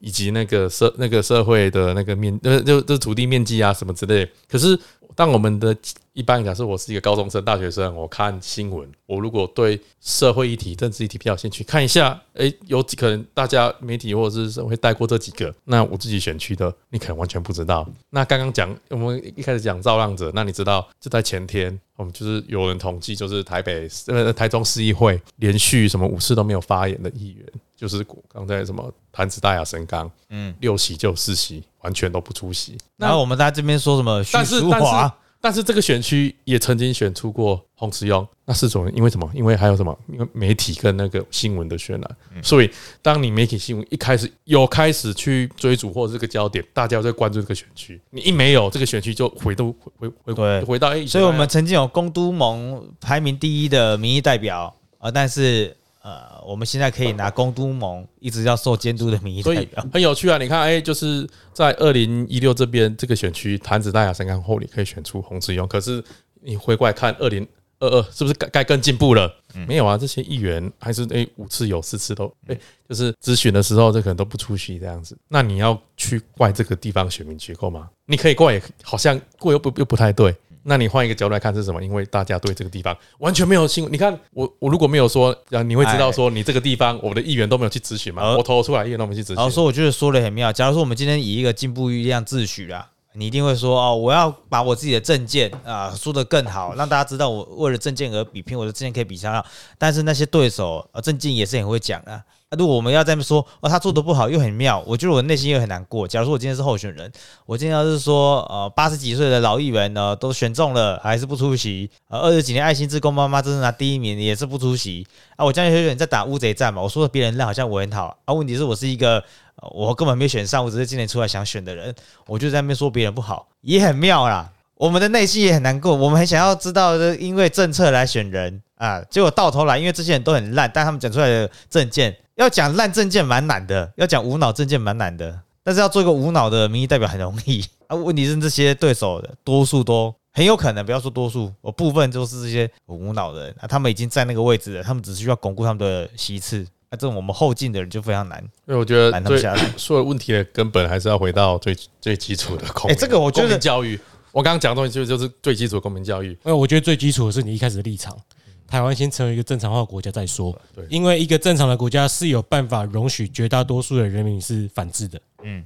Speaker 2: 以及那个社那个社会的那个面呃就就土地面积啊什么之类。可是当我们的一般假设我是一个高中生、大学生，我看新闻，我如果对社会议题、政治议题比较有兴趣，看一下，诶，有几可能大家媒体或者是会带过这几个，那我自己选区的，你可能完全不知道。那刚刚讲我们一开始讲造浪者，那你知道就在前天，我们就是有人统计，就是台北呃台中市议会连续什么五次都没有发言的议员，就是刚才什么谭子大雅、神冈，
Speaker 1: 嗯
Speaker 2: 嗯，六席就有四席，完全都不出席。
Speaker 1: 然后我们在这边说什么许
Speaker 2: 但是
Speaker 1: 淑
Speaker 2: 但是
Speaker 1: 华，
Speaker 2: 但是这个选区也曾经选出过洪慈庸，那是种人，因为什么？因为还有什么？因为媒体跟那个新闻的渲染，所以当你媒体新闻一开始有开始去追逐或者这个焦点，大家在关注这个选区，你一没有这个选区就回到回回
Speaker 1: 对
Speaker 2: 回回到哎，
Speaker 1: 所以我们曾经有公都盟排名第一的民意代表啊，但是呃，我们现在可以拿公都盟一直要受监督的民意
Speaker 2: 所
Speaker 1: 代
Speaker 2: 以
Speaker 1: 表，
Speaker 2: 很有趣啊！你看，哎、就是在二零一六这边这个选区，潭子大雅、神冈后，你可以选出洪志庸。可是你回过来看二零二二，是不是该该更进步了？
Speaker 1: 嗯
Speaker 2: 没有啊，这些议员还是哎、五次有四次都哎、就是咨询的时候，这可能都不出席这样子。那你要去怪这个地方选民结构吗？你可以怪，也好像怪又不又不太对。
Speaker 1: 嗯
Speaker 2: 那你换一个角度来看是什么？因为大家对这个地方完全没有兴。你看我，我如果没有说，啊，你会知道说你这个地方我的议员都没有去咨询嘛？
Speaker 1: 呃
Speaker 2: 我投出来议员都没去咨询。
Speaker 1: 然后说我觉得说的很妙。假如说我们今天以一个进步力量自诩啊，你一定会说哦，我要把我自己的证件啊说的更好，让大家知道我为了证件而比拼，我的证件可以比上了。但是那些对手呃，证件也是很会讲啊。那如果我们要在那边说哦，他做的不好又很妙，我觉得我内心又很难过。假如说我今天是候选人，我今天要是说呃八十几岁的老议员呢都选中了，还是不出席，呃二十几年爱心志工妈妈真是拿第一名也是不出席啊，我将来有点在打乌贼战嘛，我说别人烂好像我很好啊，问题是我是一个呃我根本没选上，我只是今年出来想选的人，我就在那边说别人不好，也很妙啦。我们的内心也很难过，我们很想要知道，的，因为政策来选人啊，结果到头来，因为这些人都很烂，但他们讲出来的证件，要讲烂证件蛮难的，要讲无脑证件蛮难的，但是要做一个无脑的民意代表很容易 啊。问题是这些对手的多数都很有可能，不要说多数，我部分就是这些无脑的人啊，他们已经在那个位置了，他们只需要巩固他们的席次。那、这种我们后进的人就非常难
Speaker 2: 因为我觉得
Speaker 1: 拦他们
Speaker 2: 最
Speaker 1: 下来。
Speaker 2: 所有问题的根本还是要回到最最基础的公民。
Speaker 1: 哎这个我觉得
Speaker 2: 公民教育，我刚刚讲的东西就就是最基础的公民教育。
Speaker 3: 因为我觉得最基础的是你一开始的立场。
Speaker 1: 嗯
Speaker 3: 台湾先成为一个正常化的国家再说
Speaker 2: 对，
Speaker 3: 因为一个正常的国家是有办法容许绝大多数的人民是反制的，
Speaker 1: 嗯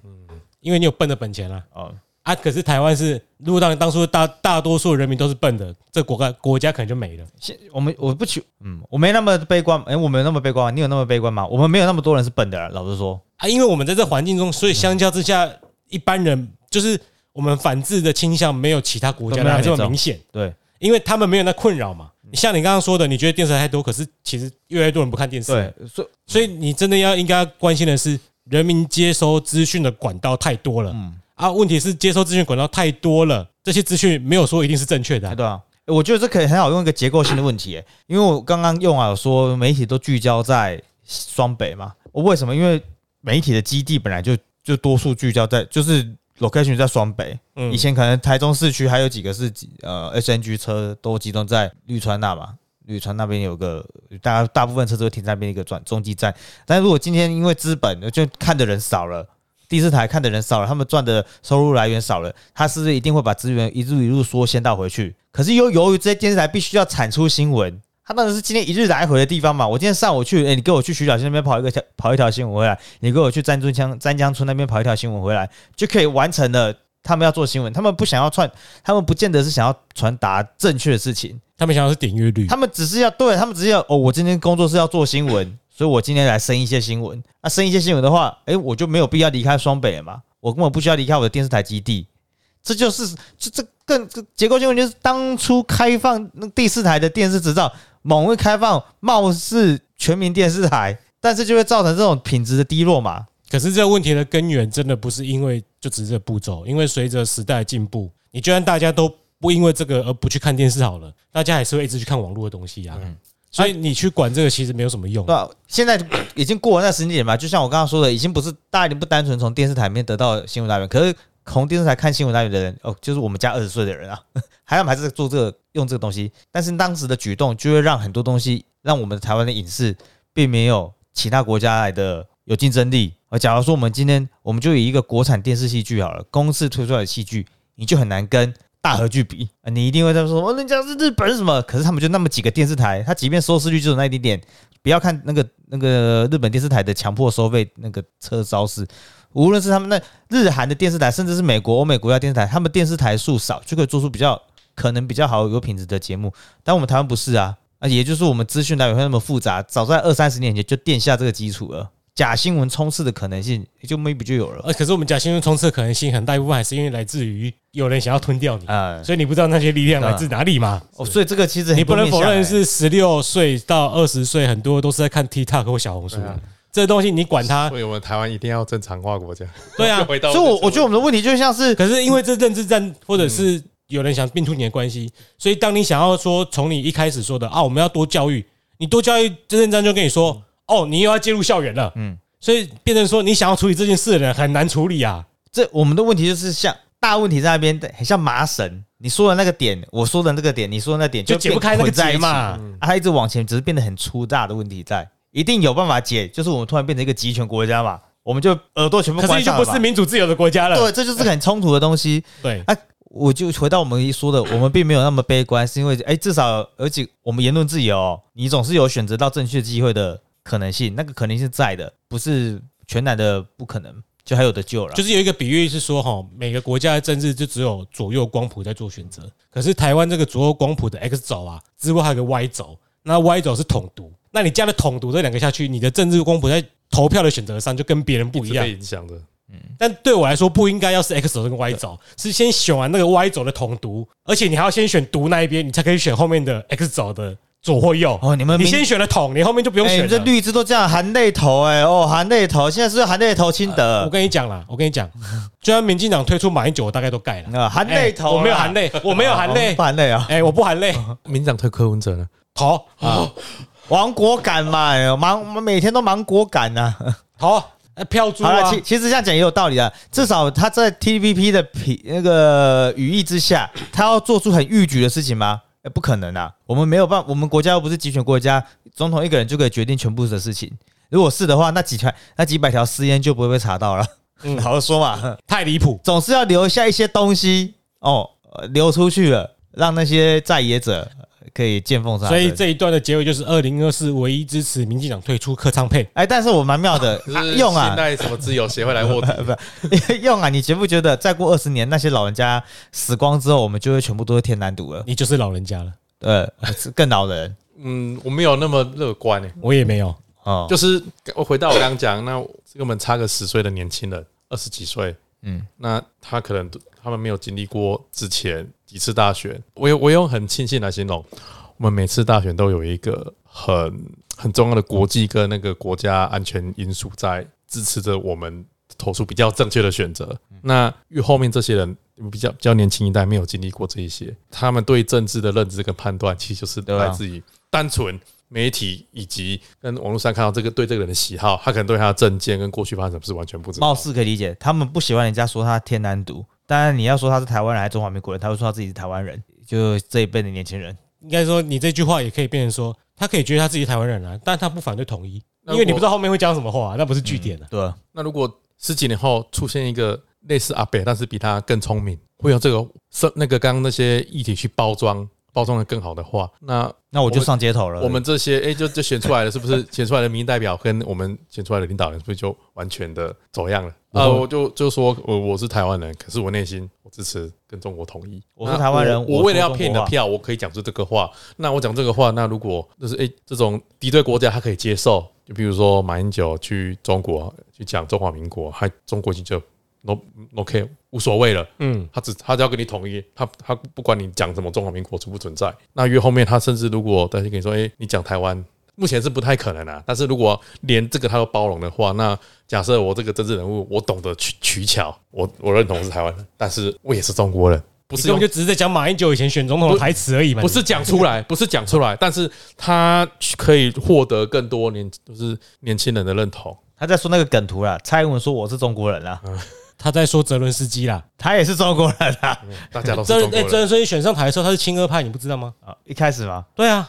Speaker 3: 因为你有笨的本钱啦、
Speaker 1: 哦，
Speaker 3: 啊。可是台湾是，如果当当初大大多数人民都是笨的，这国家国家可能就没了。
Speaker 1: 现我们我不求，嗯，我没那么悲观，哎、我没有那么悲观吗，你有那么悲观吗？我们没有那么多人是笨的啊，老实说，
Speaker 3: 啊，因为我们在这环境中，所以相较之下，一般人就是我们反制的倾向没有其他国家
Speaker 1: 都没有
Speaker 3: 来
Speaker 1: 那
Speaker 3: 这么
Speaker 1: 种
Speaker 3: 明显，
Speaker 1: 对
Speaker 3: 因为他们没有那困扰嘛。
Speaker 1: 嗯
Speaker 3: 你像你刚刚说的，你觉得电视台太多，可是其实越来越多人不看电视，
Speaker 1: 对，所以
Speaker 3: 所以你真的要应该关心的是，人民接收资讯的管道太多了。
Speaker 1: 嗯
Speaker 3: 啊，问题是接收资讯管道太多了，这些资讯没有说一定是正确的啊、
Speaker 1: 哎对啊，哎我觉得这可以很好用一个结构性的问题、哎因为我刚刚用啊有说媒体都聚焦在双北嘛，我为什么？因为媒体的基地本来就就多数聚焦在就是 location 在双北，
Speaker 3: 嗯
Speaker 1: 以前可能台中市区还有几个是集呃 SNG 车都集中在绿川那嘛，绿川那边有个大大部分车子会停在那边一个转中继站。但如果今天因为资本就看的人少了，第四台看的人少了，他们赚的收入来源少了，他是不是一定会把资源一路一路缩先到回去？可是又由于这些电视台必须要产出新闻。他当然是今天一日来回的地方嘛。我今天上午去，哎、你给我去徐小新那边跑一个条跑一条新闻回来，你给我去詹村江詹江村那边跑一条新闻回来，就可以完成了他们要做新闻，他们不想要传，他们不见得是想要传达正确的事情，
Speaker 3: 他们想要是点阅率
Speaker 1: 他，们只是要对他们只是要哦，我今天工作是要做新闻，所以我今天来升一些新闻。那、升一些新闻的话，诶、我就没有必要离开双北了嘛，我根本不需要离开我的电视台基地，这就是这这更结构性问题就是当初开放那第四台的电视执照，猛会开放貌似全民电视台，但是就会造成这种品质的低落嘛。
Speaker 3: 可是这个问题的根源真的不是因为就只是这步骤，因为随着时代进步，你就算大家都不因为这个而不去看电视好了，大家还是会一直去看网络的东西呀、所以你去管这个其实没有什么用
Speaker 1: 嗯对。啊吧？现在已经过了那时间点嘛，就像我刚刚说的，已经不是大家已经不单纯从电视台里面得到新闻来源，可是从电视台看新闻来源的人，哦，就是我们家二十岁的人啊， 还他们还是做这个用这个东西，但是当时的举动就会让很多东西，让我们台湾的影视并没有其他国家来的有竞争力。而假如说我们今天我们就以一个国产电视戏剧好了，公式推出来的戏剧，你就很难跟。大和剧比，呃你一定会在说哦，人家是日本什么？可是他们就那么几个电视台，它即便收视率就有那一点点，不要看那个那个日本电视台的强迫收费那个车招式，无论是他们那日韩的电视台，甚至是美国、欧美国家电视台，他们电视台数少就可以做出比较可能比较好有品质的节目，但我们台湾不是啊，啊，也就是我们资讯来源会那么复杂，早在二三十年前就奠下这个基础了，假新闻充斥的可能性就 maybe 就有了，
Speaker 3: 呃，可是我们假新闻冲刺的可能性很大一部分还是因为来自于有人想要吞掉你，
Speaker 1: 呃，
Speaker 3: 所以你不知道那些力量来自哪里嘛。
Speaker 1: 哦，所以这个其实很
Speaker 3: 你不
Speaker 1: 多
Speaker 3: 能
Speaker 1: 面
Speaker 3: 否
Speaker 1: 向欸
Speaker 3: 认是十六岁到二十岁，很多都是在看 TikTok 或小红书
Speaker 2: 对啊
Speaker 3: 的。这东西你管它，
Speaker 2: 所以我们台湾一定要正常化国家。
Speaker 3: 对啊
Speaker 2: 又回到
Speaker 1: 啊所以我
Speaker 2: 这个
Speaker 1: 我觉得我们的问题就像是
Speaker 3: 可是因为这认知战，或者是有人想并出你的关系，所以当你想要说从你一开始说的啊，我们要多教育，你多教育，这认知战就跟你说，哦，你又要介入校园了，
Speaker 1: 嗯
Speaker 3: 嗯，所以变成说你想要处理这件事的人很难处理啊，
Speaker 1: 这我们的问题就是像大问题在那边，很像麻绳。你说的那个点，我说的那个点，你说的那点
Speaker 3: 就解不开那个
Speaker 1: 结
Speaker 3: 结嘛。
Speaker 1: 啊，它一直往前，只是变得很粗大的问题在，一定有办法解。就是我们突然变成一个集权国家嘛，我们就耳朵全部
Speaker 3: 可是
Speaker 1: 关
Speaker 3: 你就
Speaker 1: 上
Speaker 3: 不
Speaker 1: 了
Speaker 3: 是
Speaker 1: 嘛。
Speaker 3: 民主自由的国家了，
Speaker 1: 对，这就是个很冲突的东西。
Speaker 3: 对，
Speaker 1: 哎、我就回到我们一说的，我们并没有那么悲观，是因为哎、至少而且我们言论自由，你总是有选择到正确机会的可能性，那个可能性是在的，不是全然的不可能，就还有的救了。
Speaker 3: 就是有一个比喻是说，哈，每个国家的政治就只有左右光谱在做选择，可是台湾这个左右光谱的 X 轴啊，之外还有个 Y 轴，那 Y 轴是统独，那你加了统独这两个下去，你的政治光谱在投票的选择上就跟别人不一
Speaker 2: 是
Speaker 3: 样
Speaker 2: 被。影响的。
Speaker 3: 但对我来说，不应该要是 X 轴跟 Y 轴，是先选完那个 Y 轴的统独，而且你还要先选独那一边，你才可以选后面的 X 轴的左或右。
Speaker 1: 哦你们
Speaker 3: 你
Speaker 1: 明
Speaker 3: 先选了统，你后面就不用
Speaker 1: 哎，
Speaker 3: 选
Speaker 1: 这
Speaker 3: 了。
Speaker 1: 绿枝都这样含泪头哎、哦，含泪头，现在是不是含泪头亲
Speaker 3: 我
Speaker 1: 德，
Speaker 3: 跟你讲啦，我跟 你讲，就算民进党推出马英九，我大概都盖了。
Speaker 1: 啊，含泪头、
Speaker 3: 哎我没有 含，泪，我没有含
Speaker 1: 哦
Speaker 3: 泪
Speaker 1: 不，含泪啊，
Speaker 3: 哎、我不 含泪，
Speaker 2: 民长推柯文哲呢？
Speaker 3: 投
Speaker 1: 嗯亡国感嘛，哎呦忙每天都亡国感呐、啊。
Speaker 3: 投，哎票猪
Speaker 1: 好了，
Speaker 3: 啊
Speaker 1: 其，其实这样讲也有道理的，至少他在 TVP 的皮那个语义之下，他要做出很逾矩的事情吗？哎不可能啊，我们没有办，我们国家又不是集权国家，总统一个人就可以决定全部的事情。如果是的话，那几条那几百条私烟就不会被查 到了。
Speaker 3: 嗯
Speaker 1: 好好说嘛。
Speaker 3: 太离谱。
Speaker 1: 总是要留下一些东西哦，呃流出去了，让那些在野者呃可以见缝插
Speaker 3: 所
Speaker 1: 针。
Speaker 3: 以这一段的结尾就是二零二四唯一支持民进党退出客唱配，
Speaker 1: 哎，但是我蛮妙的，
Speaker 2: 就
Speaker 1: 啊
Speaker 2: 是
Speaker 1: 用
Speaker 2: 现
Speaker 1: 啊。
Speaker 2: 在什么自由协会来获得
Speaker 1: 用啊！你觉不觉得，再过二十年，那些老人家死光之后，我们就会全部都是天南独了？
Speaker 3: 你就是老人家了，
Speaker 1: 呃，是更老人
Speaker 2: 嗯，我没有那么乐观欸诶、
Speaker 3: 我也没有。
Speaker 1: 哦，
Speaker 2: 就是我回到我刚刚讲，那跟我们差个十岁的年轻人，二十几岁，
Speaker 1: 嗯，
Speaker 2: 那他可能他们没有经历过之前几次大选，我有我用很庆幸来形容，我们每次大选都有一个很很重要的国际跟那个国家安全因素在支持着我们投出比较正确的选择。
Speaker 1: 嗯
Speaker 2: 那越后面这些人比较比较年轻一代没有经历过这一些，他们对政治的认知跟判断其实就是
Speaker 1: 对啊
Speaker 2: 来自于单纯。媒体以及跟网络上看到这个对这个人的喜好，他可能对他的政见跟过去发生什么事完全不知道。
Speaker 1: 貌似可以理解，他们不喜欢人家说他天南独，当然你要说他是台湾人还是中华民国人，他会说他自己是台湾人，就这一辈的年轻人。
Speaker 3: 应该说，你这句话也可以变成说，他可以觉得他自己是台湾人啊，但他不反对统一，
Speaker 2: 那
Speaker 3: 因为你
Speaker 2: 我
Speaker 3: 不知道后面会讲什么话、那不是据点啊。
Speaker 1: 对吧，
Speaker 2: 那如果十几年后出现一个类似阿北，但是比他更聪明，会用这个是那个刚刚那些议题去包装，包装的更好的话，那
Speaker 1: 那我就上街头了。
Speaker 2: 我们这些哎、就就选出来了，是不是选出来的民意代表跟我们选出来的领导人，是不是就完全的走样了？
Speaker 1: 不会
Speaker 2: 啊，我就就说我我是台湾人，可是我内心我支持跟中国统一。
Speaker 1: 我是台湾人
Speaker 2: 那
Speaker 1: 我
Speaker 2: 我为了要
Speaker 1: 说中国
Speaker 2: 骗你的
Speaker 1: 话
Speaker 2: 票，我可以讲出这个话。那我讲这个话，那如果就是哎、这种敌对国家他可以接受，就比如说马英九去中国去讲中华民国，还中国已经就 no OK 无所谓了。
Speaker 3: 嗯，
Speaker 2: 他只他只要跟你统一，他他不管你讲什么中华民国存不存在，那越后面他甚至如果担心跟你说，哎、你讲台湾，目前是不太可能啊。但是如果连这个他都包容的话，那假设我这个政治人物，我懂得取取巧，我我认同我是台湾人，但是我也是中国人，不
Speaker 3: 不
Speaker 2: 是
Speaker 3: 是，我
Speaker 2: 用
Speaker 3: 就只是在讲马英九以前选总统的台词而已嘛，
Speaker 2: 不是讲出来，不是讲出来，但是他可以获得更多年就是年轻人的认同。
Speaker 1: 他在说那个梗图啦，蔡英文说我是中国人啦，
Speaker 3: 他在说泽伦斯基啦。
Speaker 1: 他也是中国人啊 啦
Speaker 2: 大家都是
Speaker 3: 泽
Speaker 2: 中
Speaker 3: 伦
Speaker 2: 国
Speaker 3: 哎，泽
Speaker 2: 人，
Speaker 3: 伦斯基选上台的时候他是亲俄派，你不知道吗？
Speaker 1: 啊，一开始嘛
Speaker 3: 对啊，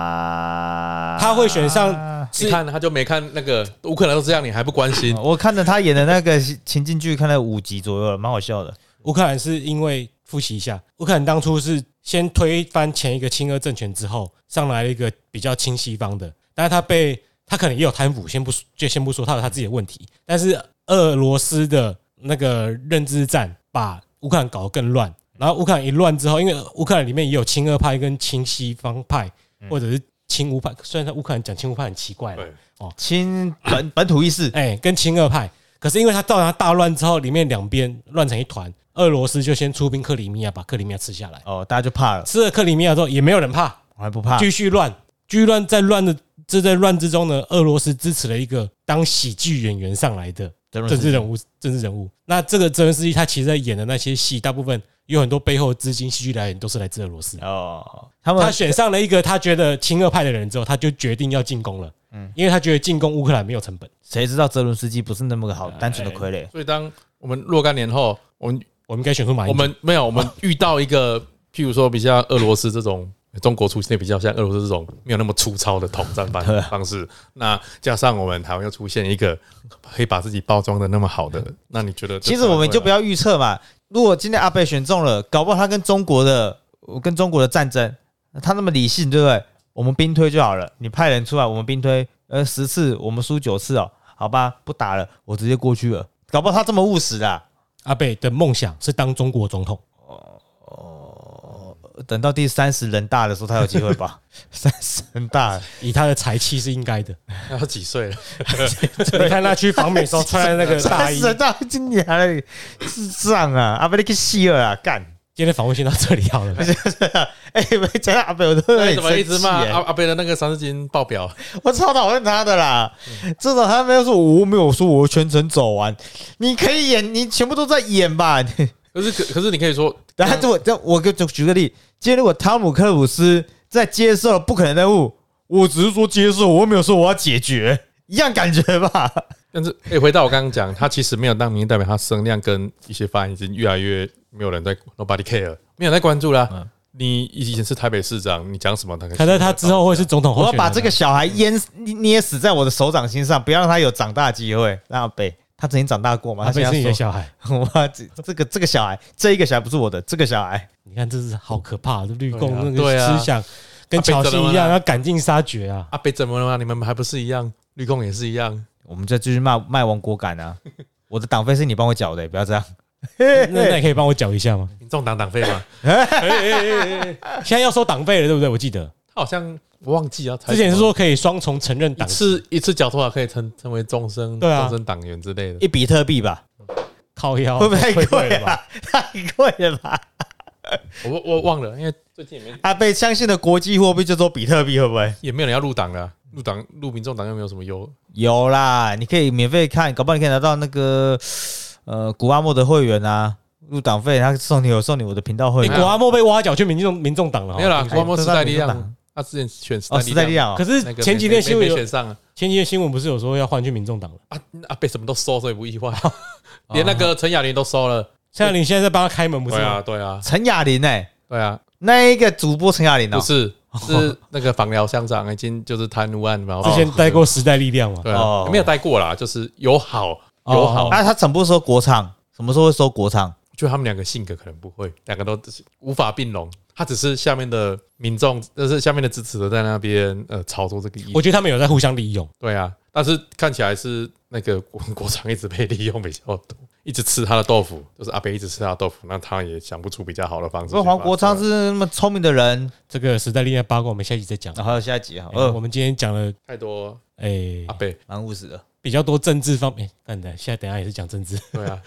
Speaker 1: 啊，
Speaker 3: 他会选上
Speaker 1: 啊
Speaker 2: 你看他就没看那个乌克兰都这样，你还不关心？
Speaker 1: 哦我看着他演的那个情境剧，看了五集左右了，蛮好笑的。
Speaker 3: 乌克兰是因为复习一下，乌克兰当初是先推翻前一个亲俄政权之后，上来了一个比较亲西方的，但是他被他可能也有贪腐，先不说就先不说他有他自己的问题，但是俄罗斯的那个认知战把乌克兰搞得更乱，然后乌克兰一乱之后，因为乌克兰里面也有亲俄派跟亲西方派，或者是亲乌派，虽然他乌克兰讲亲乌派很奇怪啦，
Speaker 2: 对，
Speaker 1: 亲本本土意识，
Speaker 3: 哎、跟亲俄派。可是因为他造成他大乱之后，里面两边乱成一团，俄罗斯就先出兵克里米亚，把克里米亚吃下来。
Speaker 1: 哦，大家就怕了，
Speaker 3: 吃了克里米亚之后，也没有人怕，
Speaker 1: 我还不怕。
Speaker 3: 继续乱，继续乱，在乱的这在乱之中呢，俄罗斯支持了一个当喜剧演员上来的
Speaker 1: 政
Speaker 3: 政治人物，政治人物。那这个泽连斯基他其实在演的那些戏，大部分有很多背后的资金、戏剧来源都是来自俄罗斯。
Speaker 1: 哦，他
Speaker 3: 他
Speaker 1: 们
Speaker 3: 选上了一个他觉得亲俄派的人之后，他就决定要进攻了，嗯，因为他觉得进攻乌克兰没有成本。
Speaker 1: 谁知道泽伦斯基不是那么个好单纯的傀
Speaker 3: 哎
Speaker 1: 儡？
Speaker 2: 所以当我们若干年后，我们
Speaker 3: 我们应该选出马英
Speaker 2: 我
Speaker 3: 九。
Speaker 1: 哎
Speaker 2: 们没有，我
Speaker 1: 哦
Speaker 2: 们遇到一个，譬如说比较俄罗斯这种。中国出现比较像俄罗斯这种没有那么粗糙的统战方 方式，那加上我们台湾又出现一个可以把自己包装的那么好的，那你觉得这
Speaker 1: 其实
Speaker 2: 台湾
Speaker 1: 我们
Speaker 2: 会
Speaker 1: 就不
Speaker 2: 吗
Speaker 1: 要预测嘛。如果今天阿贝选中了，搞不好他跟中国的跟中国的战争，他那么理性，对不对？我们兵推就好了，你派人出来，我们兵推，呃，十次我们输九次哦，好吧，不打了，我直接过去了。搞不好他这么务实啊，
Speaker 3: 阿贝的梦想是当中国总统，
Speaker 1: 等到第三十人大的时候，他有机会吧？ 三十人大，
Speaker 3: 以他的才气是应该的。
Speaker 2: 那他几 岁了？
Speaker 3: 你看他去访美的时候穿的那个大
Speaker 1: 三
Speaker 3: 衣
Speaker 1: 十。人大，今年还在啊智障啊！阿贝你去死了啊！干！
Speaker 3: 今天访问先到这里好了。
Speaker 1: 哎、没讲到阿贝，我都
Speaker 2: 那
Speaker 1: 很
Speaker 2: 你哎怎么一
Speaker 1: 生
Speaker 2: 直
Speaker 1: 气
Speaker 2: 骂啊
Speaker 1: 耶、
Speaker 2: 阿阿贝的那个三十斤爆表？
Speaker 1: 我超讨厌他的啦！这种他没有说，我没有说我全程走完，你可以演，你全部都在演吧。
Speaker 2: 可是可可是你可以说，
Speaker 1: 然后我这我给就举个例，今天如果汤姆克鲁斯在接受了不可能任务，我只是说接受，我又没有说我要解决，一样感觉吧？
Speaker 2: 但是哎、回到我刚刚讲，他其实没有当民意代表，他声量跟一些发言已经越来越没有人在 nobody care，没有人在关注啦、
Speaker 1: 嗯
Speaker 2: 你以前是台北市长，你讲什么他可以
Speaker 3: 可能他之后会是总统候
Speaker 1: 我
Speaker 3: 选
Speaker 1: 要
Speaker 3: 人啊
Speaker 1: 把这个小孩淹死捏死在我的手掌心上，不要让他有长大机会。那北，他曾经长大过吗？
Speaker 3: 阿
Speaker 1: 他现
Speaker 3: 贝是
Speaker 1: 在
Speaker 3: 你的
Speaker 1: 要说，
Speaker 3: 小孩，
Speaker 1: 我这这个这个小孩，这一个小孩不是我的，这个小孩。
Speaker 3: 你看这是好可怕，这绿
Speaker 2: 对啊
Speaker 3: 共那
Speaker 2: 对啊
Speaker 3: 个思想跟乔欣一样，要赶尽杀绝啊！
Speaker 2: 阿北怎么了吗？你们还不是一样？绿共也是一样。
Speaker 1: 我们就继续卖卖亡国感 啊！我的党费是你帮我缴的、不要这样。
Speaker 3: 那那你可以帮我缴一下吗？
Speaker 2: 民众党党费吗？
Speaker 3: 现在要收党费了，对不对？我记得
Speaker 2: 他好像我忘记啊，才
Speaker 3: 之前是说可以双重承认
Speaker 2: 一
Speaker 3: 党籍，
Speaker 2: 次一次缴多少可以成成为终身
Speaker 3: 对啊
Speaker 2: 终身党员之类 的。
Speaker 1: 一比特币吧，
Speaker 3: 靠腰
Speaker 1: 会不会太
Speaker 3: 会
Speaker 1: 贵
Speaker 3: 了
Speaker 1: 了
Speaker 3: 吧？
Speaker 1: 吧？太贵了吧？
Speaker 2: 我我忘了，因为最近也没
Speaker 1: 阿贝相信的国际货币就做比特币，会不会？
Speaker 2: 也没有人要入党了啊，入党入民众党又没有什么优。
Speaker 1: 有啦，你可以免费看，搞不好你可以拿到那个呃古阿莫的会员啊，入党费，他送你有送你我的频道会
Speaker 3: 你
Speaker 1: 员
Speaker 3: 国阿莫被挖角去民众民众党了
Speaker 2: 没有
Speaker 3: 哦，
Speaker 2: 啦，光摸时代力
Speaker 1: 都是民众
Speaker 2: 量
Speaker 1: 党，
Speaker 2: 他之前选时代
Speaker 1: 哦，
Speaker 2: 力
Speaker 1: 时代力量
Speaker 3: 可
Speaker 1: 哦，
Speaker 2: 那
Speaker 3: 是
Speaker 2: 个
Speaker 3: 前几
Speaker 2: 没
Speaker 3: 天新
Speaker 2: 没
Speaker 3: 闻有
Speaker 2: 没选上啊
Speaker 3: 前几天新闻不是有说要换去民众党了？
Speaker 2: 啊啊，被什么都收，所以不意外， 连那个陈雅玲都收了。
Speaker 3: 夏玲现在在帮他开门，不是
Speaker 2: 对啊，
Speaker 3: 吗？
Speaker 2: 对啊，
Speaker 1: 陈雅玲哎、
Speaker 2: 对啊，
Speaker 1: 那一个主播陈雅玲
Speaker 2: 不
Speaker 1: 哦，
Speaker 2: 是是那个访寮乡长，已经就是贪污案，然后
Speaker 3: 之前待过时代力量嘛，
Speaker 2: 对啊
Speaker 1: 哦，
Speaker 2: 没有待过啦，就是有好
Speaker 3: 哦
Speaker 2: 有好
Speaker 1: 那、，啊他什么时候国唱？什么时候会收国唱？
Speaker 2: 就他们两个性格可能不会，两个都是无法并拢。他只是下面的民众，就是下面的支持者在那边呃操作这个议
Speaker 3: 我
Speaker 2: 题。
Speaker 3: 觉得他们有在互相利用。
Speaker 2: 对啊，但是看起来是那个国国长一直被利用比较多，一直吃他的豆腐，就是阿北一直吃他的豆腐，那他也想不出比较好的方式去
Speaker 1: 说
Speaker 2: 把
Speaker 1: 黄
Speaker 2: 它做完。
Speaker 1: 国昌是那么聪明的人，
Speaker 3: 这个时代力
Speaker 1: 嗯
Speaker 3: 量八卦，我们下一集再讲。
Speaker 2: 嗯
Speaker 1: 然后下一集哈，
Speaker 3: 哎我
Speaker 1: 呃，
Speaker 3: 们今天讲了，
Speaker 2: 太多
Speaker 1: 啊
Speaker 3: 哎
Speaker 2: 阿，北
Speaker 1: 蛮务实的。
Speaker 3: 比较多政治方面，看的现在等一下也是讲政治，
Speaker 2: 对啊，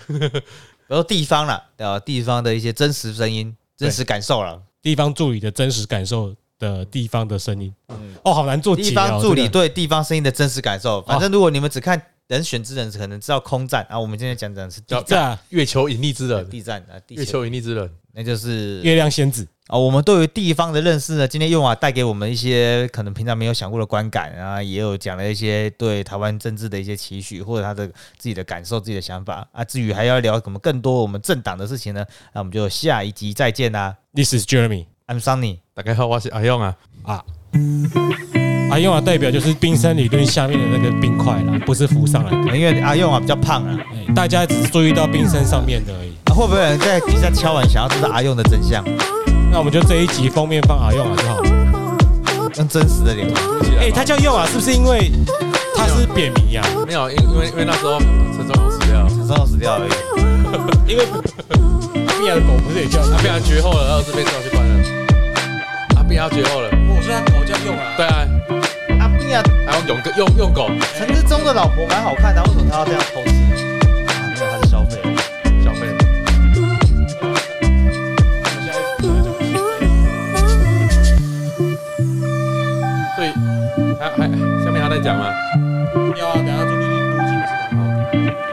Speaker 1: 然后地方啦，啊，地方的一些真实声音、真实感受了。
Speaker 3: 地方助理的真实感受的地方的声音，哦，好难
Speaker 2: 啊
Speaker 3: 做解、哦。
Speaker 1: 嗯地方助理
Speaker 3: 真的
Speaker 1: 对地方声音的真实感受，
Speaker 2: 哦
Speaker 1: 反正如果你们只看人选之人，可能知道空战啊。我们今天讲讲的是地
Speaker 2: 叫
Speaker 3: 对啊，
Speaker 2: 月球引力之
Speaker 1: 战，
Speaker 2: 人，
Speaker 1: 地战啊，地
Speaker 2: 月
Speaker 1: 球，
Speaker 2: 球引力之人，
Speaker 1: 那就是
Speaker 3: 月亮仙子，
Speaker 1: 啊、我们对于地方的认识呢，今天用啊带给我们一些可能平常没有想过的观感啊，也有讲了一些对台湾政治的一些期许，或者他的自己的感受、自己的想法啊。至于还要聊什么更多我们政党的事情呢， 那我们就下一集再见啦。啊
Speaker 3: This is Jeremy
Speaker 1: I'm Sunny，
Speaker 2: 大概好，我是阿勇啊。
Speaker 3: 啊。阿用啊，代表就是冰山理论下面的那个冰块啦，不是浮上来的。
Speaker 1: 因为阿用啊比较胖啊，
Speaker 3: 哎大家只注意到冰山上面的而已。
Speaker 1: 啊会不会有人在底下敲碗想要知道阿用的真相，
Speaker 3: 那我们就这一集封面放阿用啊就好了。
Speaker 1: 用真实的脸？
Speaker 3: 哎、他叫用啊，是不是因为他是扁名呀、
Speaker 2: 没有，因因为因为那时候陈忠勇死掉，
Speaker 1: 陈松勇死掉而已。
Speaker 3: 因为阿碧雅的狗不是也叫
Speaker 2: 阿碧要绝后了，然后这边抓去关了，阿碧要绝后了，
Speaker 3: 我说他狗叫用啊，
Speaker 2: 对啊，
Speaker 1: 阿斌啊，
Speaker 2: 还有用狗用用狗
Speaker 1: 陈志忠的老婆蛮好看的，为什么他要这样偷吃？啊，没有，他是消费。
Speaker 2: 小妹。所以还还下面还在讲吗？
Speaker 3: 要啊，等下就录进录进去。